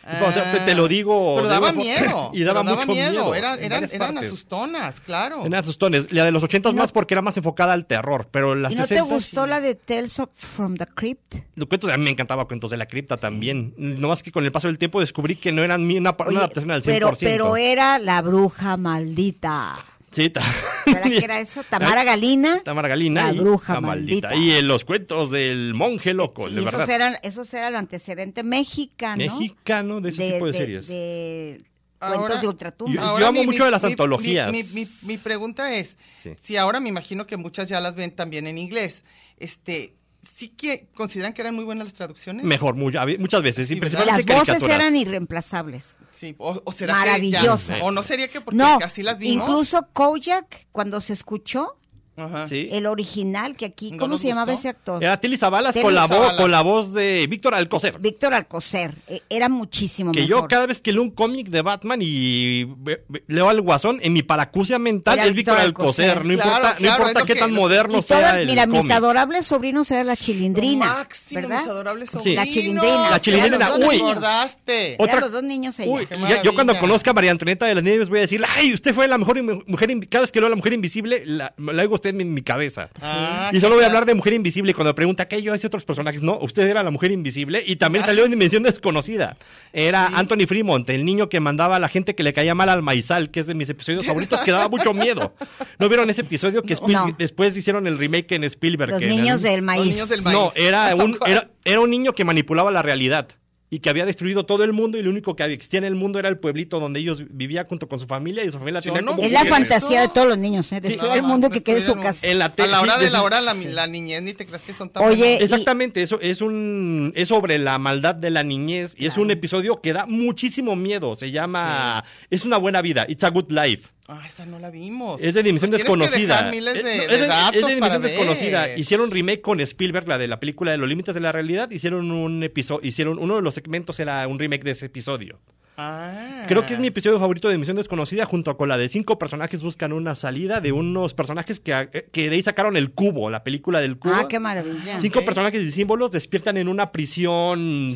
Speaker 5: O sea, te, te
Speaker 2: Ah.
Speaker 5: lo digo.
Speaker 3: Ah, Pero
Speaker 5: de
Speaker 3: daba
Speaker 5: una fo-
Speaker 3: miedo.
Speaker 5: y daba
Speaker 3: pero
Speaker 5: mucho miedo.
Speaker 3: Era-
Speaker 5: en
Speaker 3: eran
Speaker 5: varias
Speaker 3: eran
Speaker 5: partes.
Speaker 3: asustonas, claro.
Speaker 5: Eran asustones. La de los 80 más porque era más enfocada al terror. Pero las
Speaker 2: ¿Y no te
Speaker 5: 60s,
Speaker 2: gustó la de Tales of- from the Crypt?
Speaker 5: los cuentos de- a mí me encantaba Cuentos de la Cripta también. No más que con el paso del tiempo descubrí que no eran ni una, pa- una
Speaker 2: Oye,
Speaker 5: adaptación al 100%.
Speaker 2: pero, pero era la bruja maldita.
Speaker 5: Sí, ta-
Speaker 2: ¿Será que era eso? Tamara Galina.
Speaker 5: Tamara Galina.
Speaker 2: La
Speaker 5: y
Speaker 2: bruja
Speaker 5: la
Speaker 2: maldita.
Speaker 5: Y en los cuentos del monje loco,
Speaker 2: Sí,
Speaker 5: de
Speaker 2: esos,
Speaker 5: verdad.
Speaker 2: eran, esos eran el antecedente mexicano.
Speaker 5: Mexicano de ese tipo de series.
Speaker 2: de
Speaker 3: Ahora-
Speaker 2: cuentos de
Speaker 5: Yo-
Speaker 2: ultratumba.
Speaker 5: Ahora- amo mucho de las antologías.
Speaker 3: Mi, mi- mi pregunta es,
Speaker 5: Sí.
Speaker 3: si ahora me imagino que muchas ya las ven también en inglés, este, ¿sí que consideran que eran muy buenas las traducciones?
Speaker 5: Mejor, mu- a ve- muchas veces.
Speaker 3: Sí,
Speaker 5: y
Speaker 3: ¿verdad?
Speaker 5: principalmente
Speaker 2: pues, Las voces
Speaker 5: caricaturas.
Speaker 2: eran irreemplazables.
Speaker 3: Sí, o, o será
Speaker 2: Maravilloso.
Speaker 3: Que ya- o no sería que porque
Speaker 2: no,
Speaker 3: así las vimos.
Speaker 2: incluso Kojak, cuando se escuchó,
Speaker 3: Ajá.
Speaker 5: Sí.
Speaker 2: el original, que aquí,
Speaker 3: ¿No
Speaker 2: ¿cómo
Speaker 3: nos
Speaker 2: se llamaba
Speaker 3: gustó?
Speaker 2: ese actor?
Speaker 5: Era Tilly Zabalas con,
Speaker 2: Tilly
Speaker 5: la vo-
Speaker 3: Zabalas.
Speaker 5: con la voz de Víctor Alcocer.
Speaker 2: Víctor Alcocer. eh, era muchísimo
Speaker 5: Que
Speaker 2: mejor.
Speaker 5: yo cada vez que leo un cómic de Batman y ve- ve- leo al Guasón, en mi paracusia mental
Speaker 2: Era
Speaker 5: es Víctor
Speaker 2: Víctor
Speaker 5: Alcocer.
Speaker 2: Alcocer.
Speaker 5: No
Speaker 3: Claro,
Speaker 5: importa, no
Speaker 3: claro, es
Speaker 5: importa
Speaker 3: lo
Speaker 5: qué
Speaker 3: que-
Speaker 5: tan
Speaker 3: lo-
Speaker 5: moderno
Speaker 2: Y todas-
Speaker 5: sea el
Speaker 2: mira, mis
Speaker 5: cómic.
Speaker 2: adorables sobrinos eran la
Speaker 3: Lo
Speaker 2: chilindrina.
Speaker 3: máximo,
Speaker 2: ¿verdad?
Speaker 3: mis adorables
Speaker 5: Sí. La
Speaker 3: sobrinos.
Speaker 2: chilindrina.
Speaker 5: La chilindrina,
Speaker 3: Ya los
Speaker 5: uy.
Speaker 3: recordaste.
Speaker 5: Otra-
Speaker 2: Eran los dos niños allá.
Speaker 5: Uy,
Speaker 3: Qué
Speaker 5: ya- yo
Speaker 3: maravilla.
Speaker 5: cuando conozca a María Antonieta de las Nieves voy a decir, ay, usted fue la mejor in- mujer, in- cada vez que leo a la mujer invisible, la, la oigo a usted en mi cabeza.
Speaker 3: Ah,
Speaker 5: y solo voy
Speaker 3: qué
Speaker 5: a hablar de mujer invisible y cuando me pregunta qué yo hice otros personajes, no, usted era la mujer invisible y también salió en Dimensión Desconocida. Era Anthony Fremont, el niño que mandaba a la gente que le caía mal al maizal, que es de mis episodios favoritos, que daba mucho miedo. ¿No vieron ese episodio que Spiel-
Speaker 2: No.
Speaker 5: después hicieron el remake en Spielberg?
Speaker 2: Los
Speaker 5: que en
Speaker 2: niños
Speaker 5: el-
Speaker 2: del maíz.
Speaker 3: niños del maíz.
Speaker 5: no, era un, era, era un niño que manipulaba la realidad y que había destruido todo el mundo y lo único que existía en el mundo era el pueblito donde ellos vivían junto con su familia y su familia
Speaker 3: Yo
Speaker 5: tenía
Speaker 3: no
Speaker 5: como...
Speaker 2: Es la
Speaker 3: Oye,
Speaker 2: fantasía
Speaker 3: eso-
Speaker 2: de todos los niños, ¿eh? de
Speaker 5: Sí,
Speaker 2: todo
Speaker 5: nada
Speaker 2: el mundo
Speaker 3: más,
Speaker 2: que
Speaker 3: no
Speaker 2: quede en su
Speaker 3: estuvieron-
Speaker 2: casa.
Speaker 5: En la
Speaker 3: A
Speaker 5: tele,
Speaker 3: la hora
Speaker 5: sí,
Speaker 3: de la
Speaker 5: desde-
Speaker 3: hora, la, la niñez, ni te creas que son tan
Speaker 2: Oye,
Speaker 3: buenas.
Speaker 5: Exactamente, eso es un es sobre la maldad de la niñez y es un episodio que da muchísimo miedo. Se llama Es una buena vida, It's a Good Life.
Speaker 3: Ah, esa no la vimos.
Speaker 5: Es de dimensión
Speaker 3: Pues tienes que
Speaker 5: desconocida.
Speaker 3: dejar miles de-
Speaker 5: Es- no,
Speaker 3: de
Speaker 5: es de- es de
Speaker 3: datos para
Speaker 5: dimensión
Speaker 3: ver.
Speaker 5: desconocida. Hicieron remake con Spielberg, la de la película de los límites de la realidad. Hicieron un episodio, hicieron uno de los segmentos era un remake de ese episodio.
Speaker 3: Ah.
Speaker 5: Creo que es mi episodio favorito de Misión Desconocida, junto con la de cinco personajes buscan una salida de unos personajes que, eh, que de ahí sacaron el cubo, la película del cubo.
Speaker 2: Ah, qué maravilla.
Speaker 5: Cinco
Speaker 3: Ok.
Speaker 5: personajes y símbolos despiertan en una
Speaker 3: Que
Speaker 5: prisión
Speaker 3: no saben.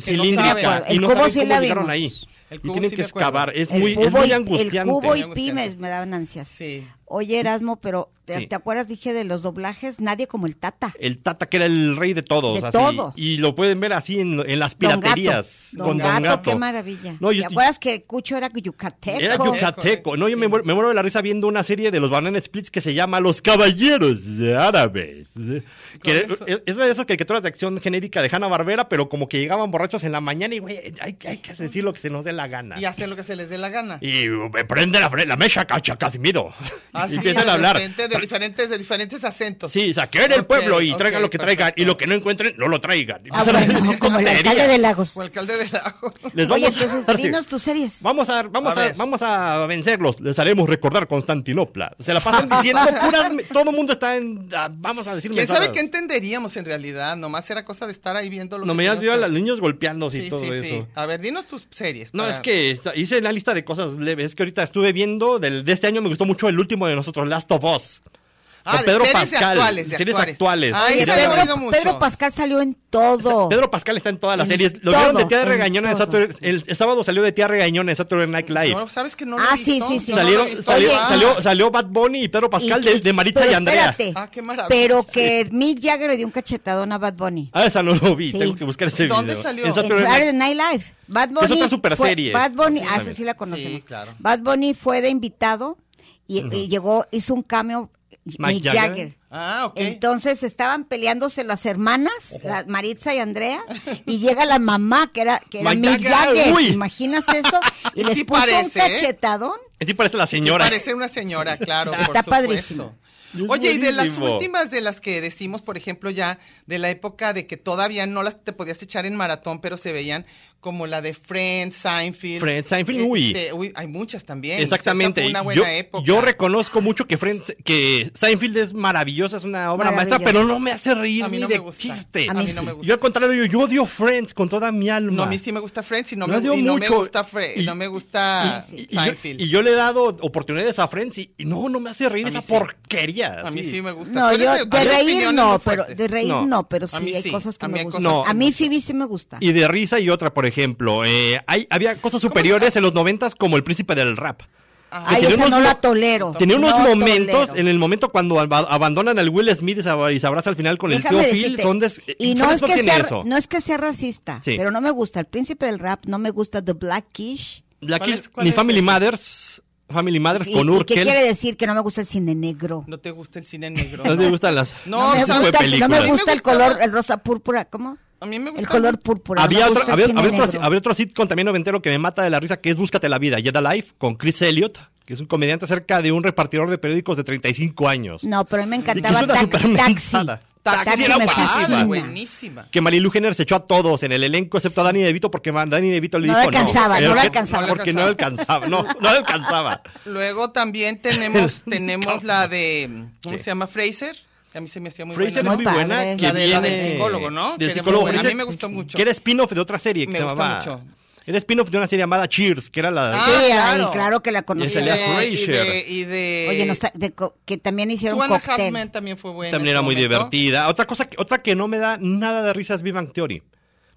Speaker 5: cilíndrica y
Speaker 2: El
Speaker 5: no
Speaker 2: cubo
Speaker 5: saben
Speaker 2: sí
Speaker 5: cómo
Speaker 2: la
Speaker 5: llegaron
Speaker 2: vimos.
Speaker 5: ahí.
Speaker 3: El
Speaker 5: Y
Speaker 3: cubo
Speaker 5: tienen
Speaker 3: sí
Speaker 5: que
Speaker 3: me acuerdo.
Speaker 5: excavar. Es
Speaker 2: el,
Speaker 5: muy,
Speaker 2: cubo
Speaker 5: es muy
Speaker 2: y, el
Speaker 5: angustiante.
Speaker 2: cubo y
Speaker 3: Muy
Speaker 2: pymes
Speaker 3: angustiante.
Speaker 2: me daban ansias.
Speaker 3: Sí.
Speaker 2: Oye, Erasmo, pero ¿te,
Speaker 5: Sí.
Speaker 2: te acuerdas? Dije de los doblajes, nadie como el Tata.
Speaker 5: El Tata, que era el rey de todos.
Speaker 2: De
Speaker 5: así.
Speaker 2: todo.
Speaker 5: Y lo pueden ver así en, en las
Speaker 2: Don Gato.
Speaker 5: piraterías.
Speaker 2: Don,
Speaker 5: con
Speaker 2: Gato,
Speaker 5: Don Gato.
Speaker 2: qué maravilla.
Speaker 5: No,
Speaker 2: ¿Te
Speaker 5: yo estoy-
Speaker 2: acuerdas que Cucho era yucateco?
Speaker 5: Era yucateco. No, yo me, muero, me muero de la risa viendo una serie de los Banana Splits que se llama Los Caballeros de Árabes. Que
Speaker 3: eso-
Speaker 5: es, es una de esas caricaturas de acción genérica de Hanna-Barbera, pero como que llegaban borrachos en la mañana y, güey, hay, hay que decir lo que se nos dé la gana.
Speaker 3: Y hacen lo que se les dé la gana.
Speaker 5: Y eh, prende la, fre- la mecha, cacha, Casimiro.
Speaker 3: Así,
Speaker 5: y empiezan
Speaker 3: Ah, de
Speaker 5: a hablar.
Speaker 3: repente, de diferentes, de diferentes acentos.
Speaker 5: Sí, saqueen el
Speaker 3: Ok,
Speaker 5: pueblo y
Speaker 3: ok,
Speaker 5: traigan lo que traigan. Y
Speaker 3: perfecto.
Speaker 5: lo que no encuentren, no lo traigan. Y
Speaker 2: Ah,
Speaker 5: empiezan a
Speaker 2: bueno,
Speaker 5: decir
Speaker 2: como el
Speaker 5: tonterías.
Speaker 2: alcalde de Lagos.
Speaker 3: O alcalde de Lago.
Speaker 5: Les
Speaker 2: Oye,
Speaker 5: vamos a
Speaker 2: entonces,
Speaker 5: dar-
Speaker 2: dinos tus series.
Speaker 5: Vamos a, vamos
Speaker 3: A
Speaker 5: a,
Speaker 3: ver.
Speaker 5: vamos a vencerlos. Les haremos recordar Constantinopla. Se la pasan diciendo puras. me- Todo el mundo está en. ah, Vamos a decir
Speaker 3: ¿Quién
Speaker 5: mensadas.
Speaker 3: sabe qué entenderíamos en realidad? Nomás era cosa de estar ahí viendo lo
Speaker 5: No
Speaker 3: que
Speaker 5: me
Speaker 3: tenías
Speaker 5: dio a
Speaker 3: que-
Speaker 5: los niños golpeándose y todo eso.
Speaker 3: A ver, dinos tus series.
Speaker 5: No,
Speaker 3: para-
Speaker 5: es que esta- hice una lista de cosas leves. Es que ahorita estuve viendo. Del, de este año me gustó mucho el último de nosotros, Last of Us.
Speaker 3: Ah, de
Speaker 5: Pedro
Speaker 3: series
Speaker 5: Pascal.
Speaker 3: actuales, de
Speaker 5: series
Speaker 3: actuales.
Speaker 5: actuales.
Speaker 3: Ay,
Speaker 5: Series
Speaker 3: esa
Speaker 5: actuales.
Speaker 3: me
Speaker 2: Pedro,
Speaker 3: dolido mucho.
Speaker 2: Pedro Pascal salió en todo.
Speaker 5: Pedro Pascal está en todas las
Speaker 2: En
Speaker 5: series. Lo
Speaker 2: todo,
Speaker 5: vieron de tía
Speaker 2: en
Speaker 5: regañona en
Speaker 2: todo.
Speaker 5: Saturday. El, el sábado salió de tía regañona en Saturday Night Live.
Speaker 3: No, ¿sabes que no lo he
Speaker 2: Ah, sí,
Speaker 3: visto?
Speaker 2: sí, sí.
Speaker 3: No lo he
Speaker 5: Salieron,
Speaker 3: visto.
Speaker 5: salió,
Speaker 2: Oye.
Speaker 5: salió, salió Bad Bunny y Pedro Pascal
Speaker 2: Y-
Speaker 5: de,
Speaker 2: y-
Speaker 5: de Marita
Speaker 2: pero
Speaker 5: y Andrea.
Speaker 2: espérate,
Speaker 3: Ah, qué maravilla.
Speaker 2: Pero que Mick Jagger le dio un cachetadón a Bad Bunny.
Speaker 5: Ah, esa no lo vi.
Speaker 2: Sí.
Speaker 5: Tengo que buscar ese
Speaker 3: ¿Dónde
Speaker 5: video.
Speaker 3: salió?
Speaker 5: En
Speaker 2: En
Speaker 5: Saturday
Speaker 2: Saturday
Speaker 5: Night-
Speaker 2: Night Live. Bad Bunny.
Speaker 5: es otra superserie.
Speaker 2: Fue, Bad Bunny,
Speaker 5: Sí,
Speaker 2: ah,
Speaker 5: también.
Speaker 2: esa sí la conocemos.
Speaker 3: Sí, claro.
Speaker 2: Bad Bunny fue de invitado y, y llegó, hizo un cambio
Speaker 5: Mike
Speaker 2: Mick
Speaker 5: Jagger.
Speaker 2: Jagger.
Speaker 3: Ah, ok.
Speaker 2: Entonces estaban peleándose las hermanas, la- Maritza y Andrea, y llega la mamá, que era, que era
Speaker 5: Mike
Speaker 2: Mick
Speaker 5: Jagger,
Speaker 2: Jagger.
Speaker 5: uy.
Speaker 2: ¿Imaginas eso? Y les
Speaker 3: Sí
Speaker 2: puso
Speaker 3: parece,
Speaker 2: un
Speaker 3: ¿eh?
Speaker 2: cachetadón.
Speaker 5: Sí parece la
Speaker 3: Sí,
Speaker 5: señora.
Speaker 3: parece una señora, claro.
Speaker 2: Ah, Está
Speaker 3: por supuesto.
Speaker 2: padrísimo.
Speaker 5: Es
Speaker 3: Oye, y de las
Speaker 5: buenísimo.
Speaker 3: últimas de las que decimos, por ejemplo, ya de la época de que todavía no las te podías echar en maratón, pero se veían como la de Friends, Seinfeld.
Speaker 5: Friends, Seinfeld, uy.
Speaker 3: Este, uy, hay muchas también.
Speaker 5: Exactamente.
Speaker 3: O sea, esa fue una
Speaker 5: yo,
Speaker 3: buena época.
Speaker 5: yo reconozco mucho que, Friends- que Seinfeld es maravillosa, es una obra maestra,
Speaker 2: Maravillosa.
Speaker 5: pero no me hace reír
Speaker 3: A mí
Speaker 5: ni
Speaker 3: no
Speaker 5: de
Speaker 3: me gusta.
Speaker 5: chiste.
Speaker 3: A mí no me
Speaker 5: Yo
Speaker 3: gusta.
Speaker 5: al contrario, yo, yo odio Friends con toda mi alma.
Speaker 3: No, a mí sí me gusta Friends y no,
Speaker 5: Yo
Speaker 3: me,
Speaker 5: odio
Speaker 3: y no me
Speaker 5: mucho.
Speaker 3: gusta Friends.
Speaker 5: Y-
Speaker 3: no me gusta
Speaker 5: Y- y- y yo-
Speaker 3: Seinfeld.
Speaker 5: Y, yo, le he dado oportunidades a Friends y, y no, no me hace reír
Speaker 3: A mí
Speaker 5: esa
Speaker 3: sí.
Speaker 5: porquería.
Speaker 3: a mí sí me gusta.
Speaker 2: No,
Speaker 3: Tú eres
Speaker 2: yo de
Speaker 3: hay
Speaker 2: reír
Speaker 3: opiniones
Speaker 2: no,
Speaker 3: muy
Speaker 2: pero
Speaker 3: fuertes.
Speaker 2: de reír
Speaker 5: No.
Speaker 2: no, pero
Speaker 3: A
Speaker 2: sí
Speaker 3: mí
Speaker 2: hay
Speaker 3: sí,
Speaker 2: cosas que
Speaker 3: a mí
Speaker 2: me
Speaker 3: hay
Speaker 2: gustan.
Speaker 5: cosas que
Speaker 2: a mí
Speaker 3: me
Speaker 2: Phoebe sí me gusta.
Speaker 5: Y de risa y otra, por ejemplo. eh, hay, había cosas superiores en los noventas como el príncipe del rap.
Speaker 3: Ah,
Speaker 5: que
Speaker 2: Ay,
Speaker 5: tiene
Speaker 2: esa
Speaker 5: unos
Speaker 2: no la
Speaker 5: mo-
Speaker 2: tolero.
Speaker 5: Tenía unos
Speaker 2: No
Speaker 5: momentos,
Speaker 2: tolero.
Speaker 5: en el momento cuando ab- abandonan al Will Smith y se ab- y se abraza al final con
Speaker 2: Déjame
Speaker 5: el tío Phil,
Speaker 2: decirte,
Speaker 5: son des-
Speaker 2: y
Speaker 5: eh,
Speaker 2: no
Speaker 5: Friends
Speaker 2: es, que
Speaker 5: tiene
Speaker 2: sea,
Speaker 5: eso.
Speaker 2: no es que sea racista,
Speaker 5: Sí.
Speaker 2: pero no me gusta. El príncipe del rap no me gusta The Black Kish.
Speaker 5: La
Speaker 3: ¿Cuál
Speaker 5: que-
Speaker 3: es- cuál
Speaker 5: ni
Speaker 3: es
Speaker 5: Family
Speaker 3: esa?
Speaker 5: Mothers, Family Mothers
Speaker 2: ¿Y,
Speaker 5: con
Speaker 2: y qué
Speaker 5: Urkel.
Speaker 2: quiere decir? Que no me gusta el cine negro.
Speaker 3: No te gusta el cine negro.
Speaker 5: No te gustan las.
Speaker 3: No,
Speaker 2: me
Speaker 5: ese
Speaker 2: gusta,
Speaker 5: tipo de
Speaker 2: el- no me
Speaker 5: películas.
Speaker 2: gusta
Speaker 3: Me
Speaker 2: el color,
Speaker 3: gustaba-
Speaker 2: el rosa púrpura. ¿Cómo?
Speaker 3: A mí me gusta.
Speaker 2: El color púrpura. no
Speaker 5: Había
Speaker 2: me
Speaker 5: otro,
Speaker 2: gusta el
Speaker 5: había,
Speaker 2: cine
Speaker 5: había otro,
Speaker 2: negro.
Speaker 5: había otro sitcom también noventero que me mata de la risa, que es Búscate la vida, Jedi Life, con Chris Elliott, que es un comediante acerca de un repartidor de periódicos de 35 años.
Speaker 2: No, pero a mí me
Speaker 5: Es
Speaker 2: encantaba
Speaker 5: una
Speaker 2: Taxi. Taxi,
Speaker 5: supermensada. Taxi era
Speaker 2: me
Speaker 5: guapa,
Speaker 2: fascina.
Speaker 3: buenísima.
Speaker 5: Que Marilu Jenner se echó a todos en el elenco, excepto a Dani DeVito, porque ma- Dani DeVito le
Speaker 2: No
Speaker 5: dijo
Speaker 2: le alcanzaba,
Speaker 5: Era
Speaker 2: no le
Speaker 5: que-
Speaker 2: alcanzaba.
Speaker 5: Porque no le alcanzaba, no, no le alcanzaba.
Speaker 3: Luego también tenemos, tenemos la de, ¿cómo
Speaker 5: Sí.
Speaker 3: se llama? Fraser. que A mí se me hacía muy
Speaker 5: Fraser
Speaker 3: buena.
Speaker 2: Muy
Speaker 5: es muy
Speaker 2: padre.
Speaker 5: buena. Que
Speaker 3: La de- la
Speaker 5: viene-
Speaker 3: del psicólogo, ¿no? Que
Speaker 5: Del
Speaker 3: era muy
Speaker 5: psicólogo.
Speaker 3: buena. A mí
Speaker 5: Ese-
Speaker 3: me gustó mucho.
Speaker 5: Que era spin-off de otra serie que
Speaker 3: Me
Speaker 5: se
Speaker 3: gusta
Speaker 5: llamaba.
Speaker 3: mucho.
Speaker 5: Era spin-off de una serie llamada Cheers, que era la.
Speaker 3: Ah,
Speaker 2: Sí, ay,
Speaker 3: claro.
Speaker 2: claro. que la
Speaker 3: Y
Speaker 5: Ese
Speaker 2: conocí.
Speaker 5: le hace
Speaker 3: de, y
Speaker 5: Frasier.
Speaker 3: de- y de-
Speaker 2: Oye, no está- de co- que también hicieron
Speaker 3: Two and a Half
Speaker 2: cóctel.
Speaker 3: Men también fue buena.
Speaker 5: También
Speaker 3: en
Speaker 5: era
Speaker 3: su
Speaker 5: muy
Speaker 3: momento.
Speaker 5: divertida. Otra cosa, que- otra que no me da nada de risas Big Bang Theory.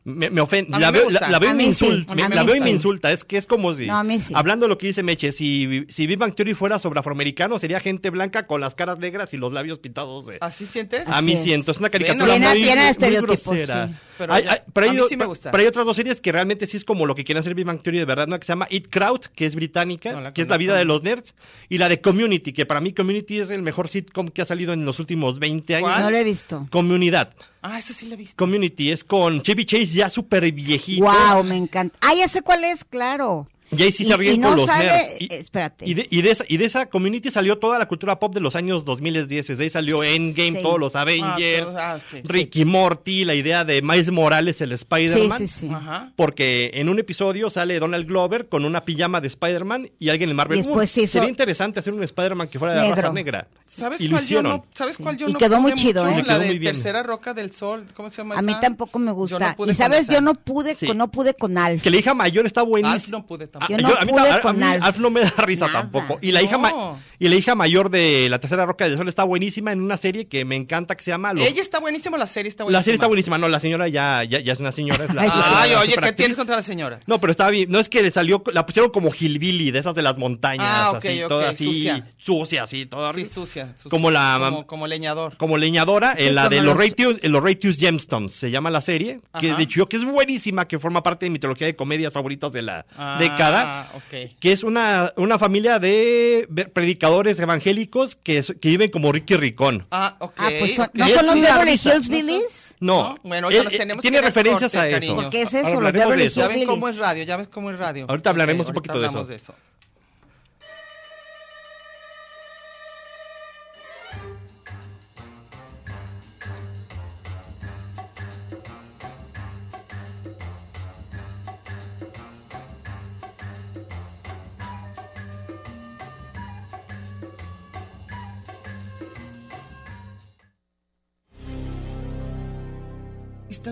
Speaker 5: Me, me ofende.
Speaker 3: A mí
Speaker 5: La,
Speaker 3: me
Speaker 5: veo-
Speaker 3: gusta.
Speaker 5: la- la veo
Speaker 2: A
Speaker 5: y me
Speaker 2: mí sí,
Speaker 5: insulta.
Speaker 2: a
Speaker 5: me-
Speaker 2: mí
Speaker 5: la veo y me
Speaker 2: sí.
Speaker 5: insulta. Es que es como si.
Speaker 2: No, a mí sí.
Speaker 5: Hablando de lo que dice Meche, si, si Big Bang Theory fuera sobre afroamericanos, sería gente blanca con las caras negras y los labios pintados de.
Speaker 3: ¿Así sientes?
Speaker 5: A mí
Speaker 2: Así
Speaker 5: sí,
Speaker 2: es.
Speaker 5: entonces una
Speaker 3: Bueno,
Speaker 5: caricatura
Speaker 3: llena-
Speaker 5: muy,
Speaker 2: llena de
Speaker 5: muy
Speaker 2: estereotipos,
Speaker 5: grosera.
Speaker 2: sí.
Speaker 3: Pero
Speaker 5: Hay-
Speaker 3: ya-
Speaker 5: hay- pero
Speaker 3: a
Speaker 5: hay
Speaker 3: mí
Speaker 5: o-
Speaker 3: sí me gusta.
Speaker 5: pero hay otras dos series que realmente sí es como lo que quiere hacer Big Bang Theory de verdad, ¿no? Que se llama Eat Crowd, que es británica,
Speaker 3: No, la
Speaker 5: que es la
Speaker 3: conozco.
Speaker 5: vida de los nerds, y la de Community, que para mí Community es el mejor sitcom que ha salido en los últimos 20 años.
Speaker 3: ¿Cuál?
Speaker 2: No lo he visto.
Speaker 5: Comunidad.
Speaker 3: Ah, eso sí la viste.
Speaker 5: Community es con Chevy Chase ya súper viejito.
Speaker 2: Wow, me encanta. Ah, ya sé cuál es, claro.
Speaker 5: Y ahí sí
Speaker 2: Y-
Speaker 5: se
Speaker 2: y
Speaker 5: ríen
Speaker 2: no
Speaker 5: con los
Speaker 2: sale-
Speaker 5: nerds. Y,
Speaker 2: espérate.
Speaker 5: Y de, y de esa, y de esa community salió toda la cultura pop de los años 2010. De ahí salió Endgame,
Speaker 2: Sí.
Speaker 5: todos los Avengers,
Speaker 3: Ah, todos- ah, ok.
Speaker 5: Ricky Morty, la idea de Miles Morales, el
Speaker 2: Sí,
Speaker 5: Spider-Man.
Speaker 2: sí, sí.
Speaker 3: Ajá.
Speaker 5: Porque en un episodio sale Donald Glover con una pijama de Spider-Man y alguien en Marvel.
Speaker 2: Después
Speaker 5: "Uh,
Speaker 2: se hizo-
Speaker 5: Sería interesante hacer un Spider-Man que fuera de la
Speaker 2: Negro.
Speaker 5: raza negra.
Speaker 3: ¿Sabes
Speaker 5: y lo
Speaker 3: cuál yo
Speaker 5: hicieron.
Speaker 3: no? ¿Sabes cuál yo
Speaker 2: Y
Speaker 3: no
Speaker 2: quedó
Speaker 3: pude
Speaker 2: muy chido,
Speaker 3: mucho?
Speaker 2: ¿eh?
Speaker 5: Le
Speaker 3: La
Speaker 5: quedó
Speaker 3: de
Speaker 5: muy bien.
Speaker 3: Tercera Roca del Sol, ¿cómo se llama
Speaker 2: A mí
Speaker 3: esa?
Speaker 2: tampoco me
Speaker 3: Yo no
Speaker 2: gusta.
Speaker 3: pude
Speaker 2: y
Speaker 3: con
Speaker 2: sabes,
Speaker 3: esa.
Speaker 2: yo no pude,
Speaker 5: Sí.
Speaker 2: con- no pude con Alf.
Speaker 5: Que la hija mayor está
Speaker 3: Alf
Speaker 5: buenísima.
Speaker 3: no pude
Speaker 5: Ah,
Speaker 3: tampoco.
Speaker 2: Yo no pude
Speaker 5: a- a
Speaker 2: con
Speaker 5: mí
Speaker 2: Alf.
Speaker 5: no me da risa
Speaker 2: Nada.
Speaker 5: tampoco. Y la, hija
Speaker 3: No.
Speaker 5: ma- y la hija mayor de La Tercera Roca del Sol está buenísima en una serie que me encanta que se llama... Los-
Speaker 3: Ella está buenísima, la serie está buenísima.
Speaker 5: Ah, La serie está buenísima. No, la señora ya, ya, ya es una señora. es la- la- la-
Speaker 3: Ay,
Speaker 5: la
Speaker 3: oye, ¿qué
Speaker 5: superactriz.
Speaker 3: tienes contra la señora?
Speaker 5: No, pero estaba bien. No es que le salió, la pusieron como Gilbilly, de esas de las montañas,
Speaker 3: Ah, ok,
Speaker 5: así,
Speaker 3: ok,
Speaker 5: toda así,
Speaker 3: sucia.
Speaker 5: sucia, así, toda
Speaker 3: Sí,
Speaker 5: horrible.
Speaker 3: sucia, sucia.
Speaker 5: Como la mam-
Speaker 3: como, como leñador.
Speaker 5: como leñadora en la de
Speaker 2: como
Speaker 5: los
Speaker 2: los-
Speaker 5: Ratius, en los Ratius Gemstones, se llama la serie, que
Speaker 3: Ajá.
Speaker 5: de hecho que es buenísima, que forma parte de mi trilogía de comedias favoritas de la
Speaker 3: Ah,
Speaker 5: década.
Speaker 3: ok.
Speaker 5: Que es una, una familia de ver- predicadores evangélicos que, es- que viven como Ricky Ricón.
Speaker 3: Ah, ok.
Speaker 2: Ah, pues son-
Speaker 3: ok.
Speaker 2: ¿no
Speaker 5: Y
Speaker 2: son
Speaker 5: es
Speaker 2: los
Speaker 5: una
Speaker 2: Beverly
Speaker 5: risa.
Speaker 2: Hills Billies?
Speaker 5: No,
Speaker 3: No, Ah, bueno, ahorita
Speaker 5: eh,
Speaker 3: nos
Speaker 5: eh,
Speaker 3: tenemos
Speaker 5: tiene
Speaker 3: que ir al
Speaker 5: referencias
Speaker 3: corte,
Speaker 5: a eso.
Speaker 3: cariño.
Speaker 2: ¿Qué es eso? Los
Speaker 5: Hablaremos de
Speaker 2: Beverly
Speaker 5: eso.
Speaker 3: Ya
Speaker 2: Hills
Speaker 3: ven
Speaker 2: Billies.
Speaker 3: cómo es radio, ya ves cómo es radio.
Speaker 5: Ahorita hablaremos
Speaker 3: Ok,
Speaker 5: un
Speaker 3: ahorita
Speaker 5: poquito de
Speaker 3: hablamos
Speaker 5: eso.
Speaker 6: Está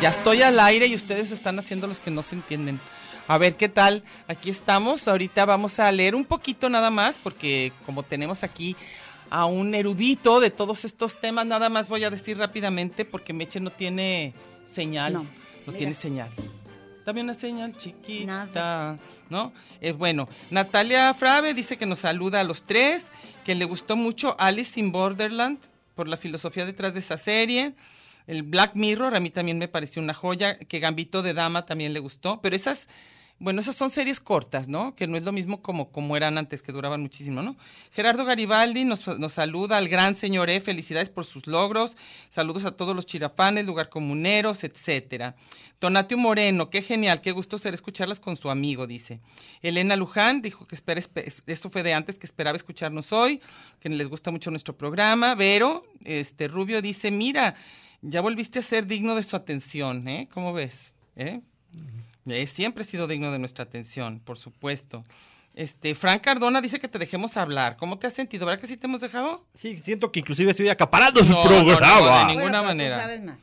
Speaker 3: Ya estoy al aire y ustedes están haciendo los que no se entienden. A ver qué tal. Aquí estamos. Ahorita vamos a leer un poquito nada más, porque como tenemos aquí a un erudito de todos estos temas, nada más voy a decir rápidamente, porque Meche no tiene señal. No,
Speaker 8: No,
Speaker 3: tiene señal. También una señal chiquita,
Speaker 8: Nada.
Speaker 3: ¿no? Es bueno. Natalia Frave dice que nos saluda a los tres, que le gustó mucho Alice in Borderland por la filosofía detrás de esa serie. El Black Mirror a mí también me pareció una joya, que Gambito de Dama también le gustó, pero esas, bueno, esas son series cortas, ¿no? Que no es lo mismo como, como eran antes, que duraban muchísimo, ¿no? Gerardo Garibaldi nos, nos saluda al gran señor E, felicidades por sus logros, saludos a todos los chirafanes, lugar comuneros, etcétera. Tonatio Moreno, qué genial, qué gusto ser escucharlas con su amigo, dice. Elena Luján dijo que espera, espe- esto fue de antes, que esperaba escucharnos hoy, que les gusta mucho nuestro programa. Vero, este Rubio dice, mira, ya volviste a ser digno de su atención, ¿eh? ¿Cómo ves? ¿Eh? Eh, siempre he sido digno de nuestra atención, por supuesto. Este, Frank Cardona dice que te dejemos hablar. ¿Cómo te has sentido? ¿Verdad que sí te hemos dejado?
Speaker 5: Sí, siento que inclusive estoy acaparando el
Speaker 3: No, no, no, de
Speaker 5: programa.
Speaker 3: ningún- ninguna
Speaker 8: pero tú
Speaker 3: manera.
Speaker 8: sabes más.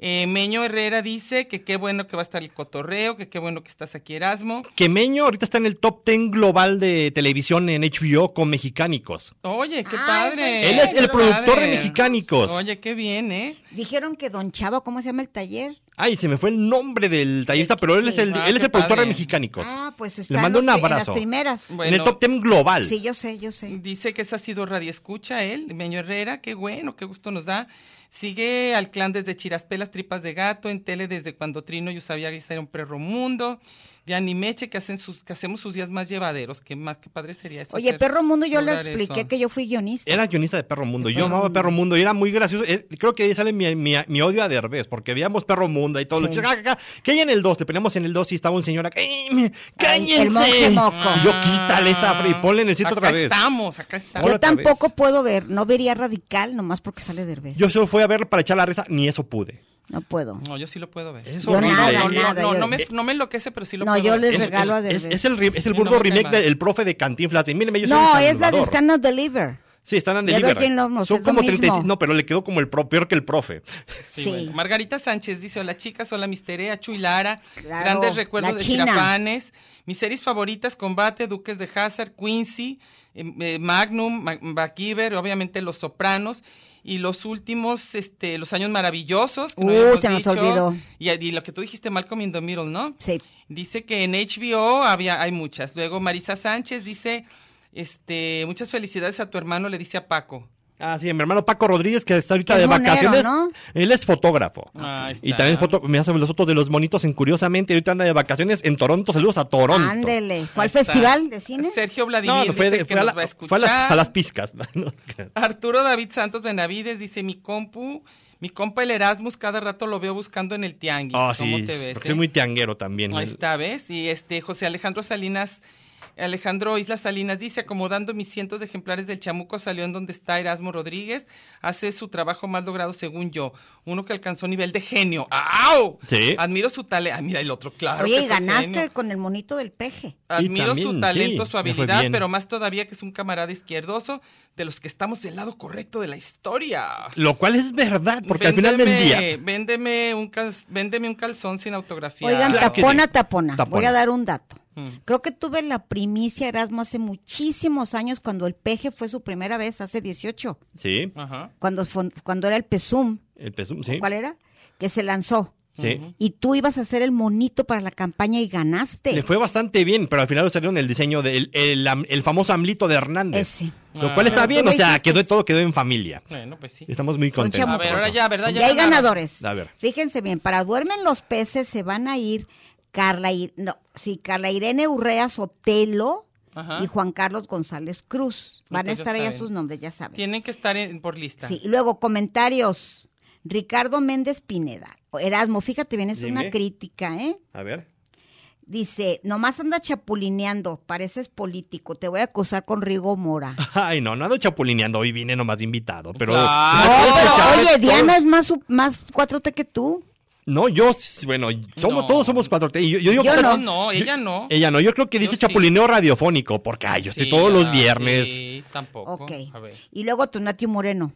Speaker 3: Eh, Meño Herrera dice que qué bueno que va a estar el cotorreo, que qué bueno que estás aquí, Erasmo.
Speaker 5: Que Meño ahorita está en el top 10 global de televisión en HBO con Mexicánicos.
Speaker 3: Oye, qué
Speaker 8: Ah, eso
Speaker 3: padre.
Speaker 8: es
Speaker 5: Él es el
Speaker 3: Qué
Speaker 5: productor de
Speaker 3: padre.
Speaker 5: Mexicánicos.
Speaker 3: Oye, qué bien, ¿eh?
Speaker 2: Dijeron que Don Chava, ¿cómo se llama el taller?
Speaker 5: Ay, se me fue el nombre del tallerista, pero él es el,
Speaker 3: Ah,
Speaker 5: él es
Speaker 3: qué
Speaker 5: el productor
Speaker 3: padre.
Speaker 5: de Mexicanicos.
Speaker 2: Ah, pues está
Speaker 5: Le mando
Speaker 2: en
Speaker 5: un
Speaker 2: los pri- en
Speaker 5: abrazo.
Speaker 2: las primeras.
Speaker 5: en el
Speaker 3: Bueno.
Speaker 5: top 10 global.
Speaker 2: Sí, yo sé, yo sé.
Speaker 3: Dice que esa ha sido Radio Escucha, él, Meño Herrera, qué bueno, qué gusto nos da. Sigue al clan desde Chiraspelas, Tripas de Gato, en tele desde cuando Trino y Usabiaga era un perro mundo, de Animeche, que, hacen sus, que hacemos sus días más llevaderos, qué más, qué padre sería eso.
Speaker 2: Oye,
Speaker 3: hacer-
Speaker 2: Perro Mundo, yo le
Speaker 3: lograr
Speaker 2: expliqué
Speaker 3: eso.
Speaker 2: que yo fui guionista.
Speaker 5: Era guionista de Perro Mundo. Yo
Speaker 2: Perro
Speaker 5: amaba
Speaker 2: Mundo.
Speaker 5: Perro Mundo y era muy gracioso. Es- creo que ahí sale mi, mi- mi odio a Derbez, porque veíamos Perro Mundo y todo. lo
Speaker 2: Sí.
Speaker 5: que- ca, ca, ca. Que hay en el 2, te poníamos en el 2 y estaba un señor acá. "Ey, me- ¡Cállense!
Speaker 2: el monje moco.
Speaker 5: Y yo quítale esa fri- y ponle en el sitio
Speaker 3: Ah, acá
Speaker 5: otra vez.
Speaker 3: estamos, acá estamos.
Speaker 5: Hola,
Speaker 2: Yo
Speaker 5: otra vez.
Speaker 2: tampoco puedo ver, no vería Radical nomás porque sale Derbez.
Speaker 5: Yo solo fui a verlo para echar la risa, ni eso pude.
Speaker 2: no puedo.
Speaker 3: No, yo sí lo puedo ver.
Speaker 5: Es
Speaker 2: Yo
Speaker 5: horrible.
Speaker 2: nada,
Speaker 3: no, no,
Speaker 2: nada,
Speaker 3: no,
Speaker 2: yo-
Speaker 3: no me, no me enloquece, pero sí lo
Speaker 2: No,
Speaker 3: puedo
Speaker 2: yo
Speaker 3: ver.
Speaker 2: les
Speaker 5: Es-
Speaker 2: regalo a
Speaker 5: es- es-
Speaker 2: Derbez.
Speaker 5: es el, ri- es el
Speaker 3: Sí,
Speaker 5: burdo
Speaker 3: no me cae
Speaker 5: remake
Speaker 3: mal.
Speaker 5: del el profe de Cantinflas. de, "Míreme, yo soy
Speaker 2: no,
Speaker 5: el
Speaker 2: es la de
Speaker 5: Salvador".
Speaker 2: Stand and Deliver.
Speaker 5: Sí, están en
Speaker 2: Ya
Speaker 5: Deliver.
Speaker 2: doy quien lo amo,
Speaker 5: Son
Speaker 2: es lo
Speaker 5: como
Speaker 2: mismo.
Speaker 5: 36. No, pero le quedó como el pro, peor que el profe.
Speaker 3: Sí,
Speaker 2: Sí.
Speaker 3: bueno. Margarita Sánchez dice, hola chicas, hola misterea, Chu y Lara,
Speaker 2: Claro,
Speaker 3: grandes recuerdos
Speaker 2: la
Speaker 3: de
Speaker 2: China.
Speaker 3: Chirafanes, mis series favoritas, Combate, Duques de Hazard, Quincy, eh, eh, Magnum, Ma- Vancouver, obviamente Los Sopranos, y los últimos, este, Los Años Maravillosos. que no
Speaker 2: Uh,
Speaker 3: habíamos
Speaker 2: se nos
Speaker 3: dicho.
Speaker 2: olvidó.
Speaker 3: Y, y lo que tú dijiste, Malcolm in the Middle, ¿no?
Speaker 2: Sí.
Speaker 3: Dice que en HBO había, hay muchas. Luego Marisa Sánchez dice, este, muchas felicidades a tu hermano, le dice a Paco.
Speaker 5: Ah, sí, mi hermano Paco Rodríguez, que está ahorita
Speaker 2: Es
Speaker 5: de
Speaker 2: monero,
Speaker 5: vacaciones.
Speaker 2: ¿no?
Speaker 5: Él es fotógrafo.
Speaker 3: Ah, ahí
Speaker 5: Y
Speaker 3: está.
Speaker 5: también es foto- me hace los fotos de los monitos en Curiosamente. Ahorita anda de vacaciones en Toronto. Saludos a Toronto.
Speaker 2: Ándele. ¿Fue
Speaker 3: Ahí
Speaker 2: al
Speaker 3: está.
Speaker 2: festival de cine?
Speaker 3: Sergio Vladimir
Speaker 5: No, no, fue,
Speaker 3: dice que
Speaker 5: fue a,
Speaker 3: nos va
Speaker 5: la-
Speaker 3: a
Speaker 5: fue a
Speaker 3: escuchar.
Speaker 5: las, a las piscas. No,
Speaker 3: Arturo David Santos Benavides dice, mi compu, mi compa el Erasmus, cada rato lo veo buscando en el tianguis.
Speaker 5: Ah,
Speaker 3: ¿Cómo
Speaker 5: sí.
Speaker 3: te ves?
Speaker 5: porque
Speaker 3: eh?
Speaker 5: soy muy tianguero también.
Speaker 3: Ahí está, ¿ves? Y este, José Alejandro Salinas, Alejandro Islas Salinas dice, acomodando mis cientos de ejemplares del chamuco, salió en donde está Erasmo Rodríguez, hace su trabajo más logrado según yo, uno que alcanzó nivel de genio. ¡Au!
Speaker 5: Sí.
Speaker 3: Admiro su talento. Ah, mira, el otro, claro. que
Speaker 2: Oye,
Speaker 3: es
Speaker 2: y
Speaker 3: un
Speaker 2: ganaste
Speaker 3: genio.
Speaker 2: con el monito del peje.
Speaker 3: Admiro
Speaker 5: también,
Speaker 3: su talento,
Speaker 5: sí,
Speaker 3: su
Speaker 5: me fue
Speaker 3: habilidad,
Speaker 5: bien.
Speaker 3: pero más todavía que es un camarada izquierdoso de los que estamos del lado correcto de la historia.
Speaker 5: Lo cual es verdad, porque al final del día.
Speaker 3: Véndeme un, cal- véndeme un calzón sin autografía.
Speaker 2: Oigan,
Speaker 5: Claro que
Speaker 2: tapona,
Speaker 5: sí.
Speaker 2: tapona, Voy
Speaker 5: Tapona.
Speaker 2: a dar un dato.
Speaker 3: Mm.
Speaker 2: Creo que tuve la primicia, Erasmo, hace muchísimos años cuando el peje fue su primera vez, hace 18,
Speaker 5: Sí,
Speaker 3: Ajá.
Speaker 2: cuando, fon- cuando era el PESUM.
Speaker 5: el pesum, sí.
Speaker 2: ¿Cuál era? Que se lanzó.
Speaker 5: Sí.
Speaker 2: Y tú ibas a hacer el monito para la campaña y ganaste.
Speaker 5: Le fue bastante bien, pero al final usaron el diseño del el, am- el famoso Amlito de Hernández.
Speaker 2: Ese.
Speaker 5: Lo cual
Speaker 3: Ah.
Speaker 5: está
Speaker 2: Pero
Speaker 5: bien,
Speaker 2: tú
Speaker 5: o
Speaker 2: lo
Speaker 5: sea,
Speaker 2: hiciste.
Speaker 5: quedó todo quedó en familia.
Speaker 3: Bueno, pues sí.
Speaker 5: Estamos muy
Speaker 2: Son
Speaker 5: contentos.
Speaker 2: chamucos.
Speaker 3: A ver, ahora ya, ¿verdad?
Speaker 2: Y
Speaker 3: Ya
Speaker 2: hay
Speaker 3: ganaron.
Speaker 2: ganadores.
Speaker 5: A ver.
Speaker 2: Fíjense bien, para duermen los peces se van a ir Carla, I- no, sí, Carla Irene Urrea Sotelo
Speaker 3: Ajá.
Speaker 2: y Juan Carlos González Cruz. Van
Speaker 3: Entonces,
Speaker 2: a estar
Speaker 3: ya
Speaker 2: allá
Speaker 3: saben.
Speaker 2: sus nombres, ya saben.
Speaker 3: Tienen que estar en- por lista.
Speaker 2: Sí, y luego comentarios. Ricardo Méndez Pineda. Erasmo, fíjate bien, es
Speaker 5: Dime.
Speaker 2: una crítica, ¿eh?
Speaker 5: A ver.
Speaker 2: Dice, nomás anda chapulineando, pareces político, te voy a acusar con Rigo Mora.
Speaker 5: Ay, no, no ando chapulineando, hoy vine nomás de invitado, pero...
Speaker 3: Claro.
Speaker 2: No, pero,
Speaker 5: Chao,
Speaker 2: oye,
Speaker 5: chao.
Speaker 2: Diana es más, su- más 4T que tú.
Speaker 5: No, yo, s- bueno, somos,
Speaker 3: No.
Speaker 5: todos somos 4T. y Yo, yo digo
Speaker 2: Yo
Speaker 5: que-
Speaker 2: no.
Speaker 3: No, no, ella no.
Speaker 5: Ella no, yo creo que
Speaker 3: Yo
Speaker 5: dice
Speaker 3: sí.
Speaker 5: chapulineo radiofónico, porque ay, yo estoy
Speaker 3: Sí,
Speaker 5: todos los
Speaker 3: ah,
Speaker 5: viernes. Sí.
Speaker 3: Sí, tampoco.
Speaker 2: Ok.
Speaker 3: A ver.
Speaker 2: Y luego Tonatio Moreno,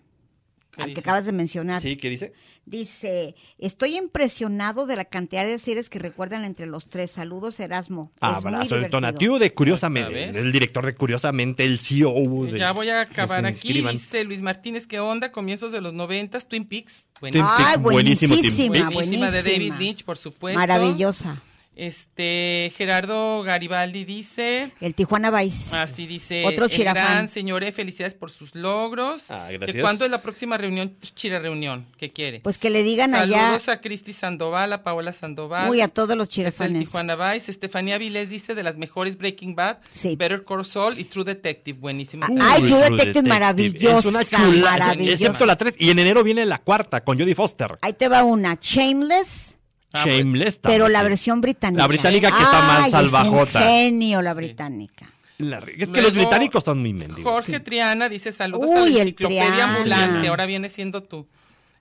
Speaker 3: ¿qué
Speaker 2: al que
Speaker 3: dice?
Speaker 2: acabas de mencionar.
Speaker 5: ¿qué dice?
Speaker 2: Dice, estoy impresionado de la cantidad de series que recuerdan entre los tres. Saludos, Erasmo. Es muy
Speaker 5: Abrazo de
Speaker 2: divertido.
Speaker 5: Tonatiu de Curiosamente,
Speaker 3: Otra vez.
Speaker 5: el director de Curiosamente, el CEO de...
Speaker 3: Ya voy a acabar
Speaker 5: Pues,
Speaker 3: aquí.
Speaker 5: escriban.
Speaker 3: Dice Luis Martínez, ¿qué onda? Comienzos de los noventas, Twin Peaks. Bueno,
Speaker 5: Twin
Speaker 2: Ay,
Speaker 5: Tim, buenísimo, Tim.
Speaker 2: buenísima, buenísima.
Speaker 3: buenísima de David Lynch, por supuesto.
Speaker 2: Maravillosa.
Speaker 3: Este, Gerardo Garibaldi dice,
Speaker 2: El Tijuana Vice.
Speaker 3: así dice,
Speaker 2: Otro
Speaker 3: el
Speaker 2: chirafán.
Speaker 3: gran señor, E, felicidades por sus logros.
Speaker 5: Ah,
Speaker 3: ¿Que
Speaker 5: gracias.
Speaker 3: ¿Cuándo es la próxima reunión, chira reunión? ¿Qué quiere?
Speaker 2: Pues que le digan allá,
Speaker 3: Saludos a Cristi Sandoval, a Paola Sandoval.
Speaker 2: uy, a todos los
Speaker 3: Es el
Speaker 2: chirafanes.
Speaker 3: Tijuana Vice. Estefanía Vilés dice de las mejores Breaking Bad,
Speaker 2: Sí.
Speaker 3: Better Call Saul y True Detective. Buenísima.
Speaker 2: Ah, Ay, True
Speaker 5: Uy, True
Speaker 2: Detective
Speaker 5: Detective.
Speaker 2: maravillosa,
Speaker 5: Es una chulada,
Speaker 2: maravillosa.
Speaker 5: Excepto la 3. Y en enero viene la cuarta con Jodie Foster.
Speaker 2: Ahí te va una, Shameless,
Speaker 3: Ah, bueno.
Speaker 5: Shameless.
Speaker 2: pero
Speaker 5: también.
Speaker 2: la versión británica.
Speaker 5: La británica que está más
Speaker 2: Ay, es
Speaker 5: salvajota.
Speaker 2: un genio la británica.
Speaker 5: La- es que
Speaker 3: Luego,
Speaker 5: los británicos son muy mendigos.
Speaker 3: Jorge Triana dice saludos a la
Speaker 2: Uy, el
Speaker 3: enciclopedia
Speaker 2: Triana.
Speaker 3: ambulante. Ahora viene siendo tú.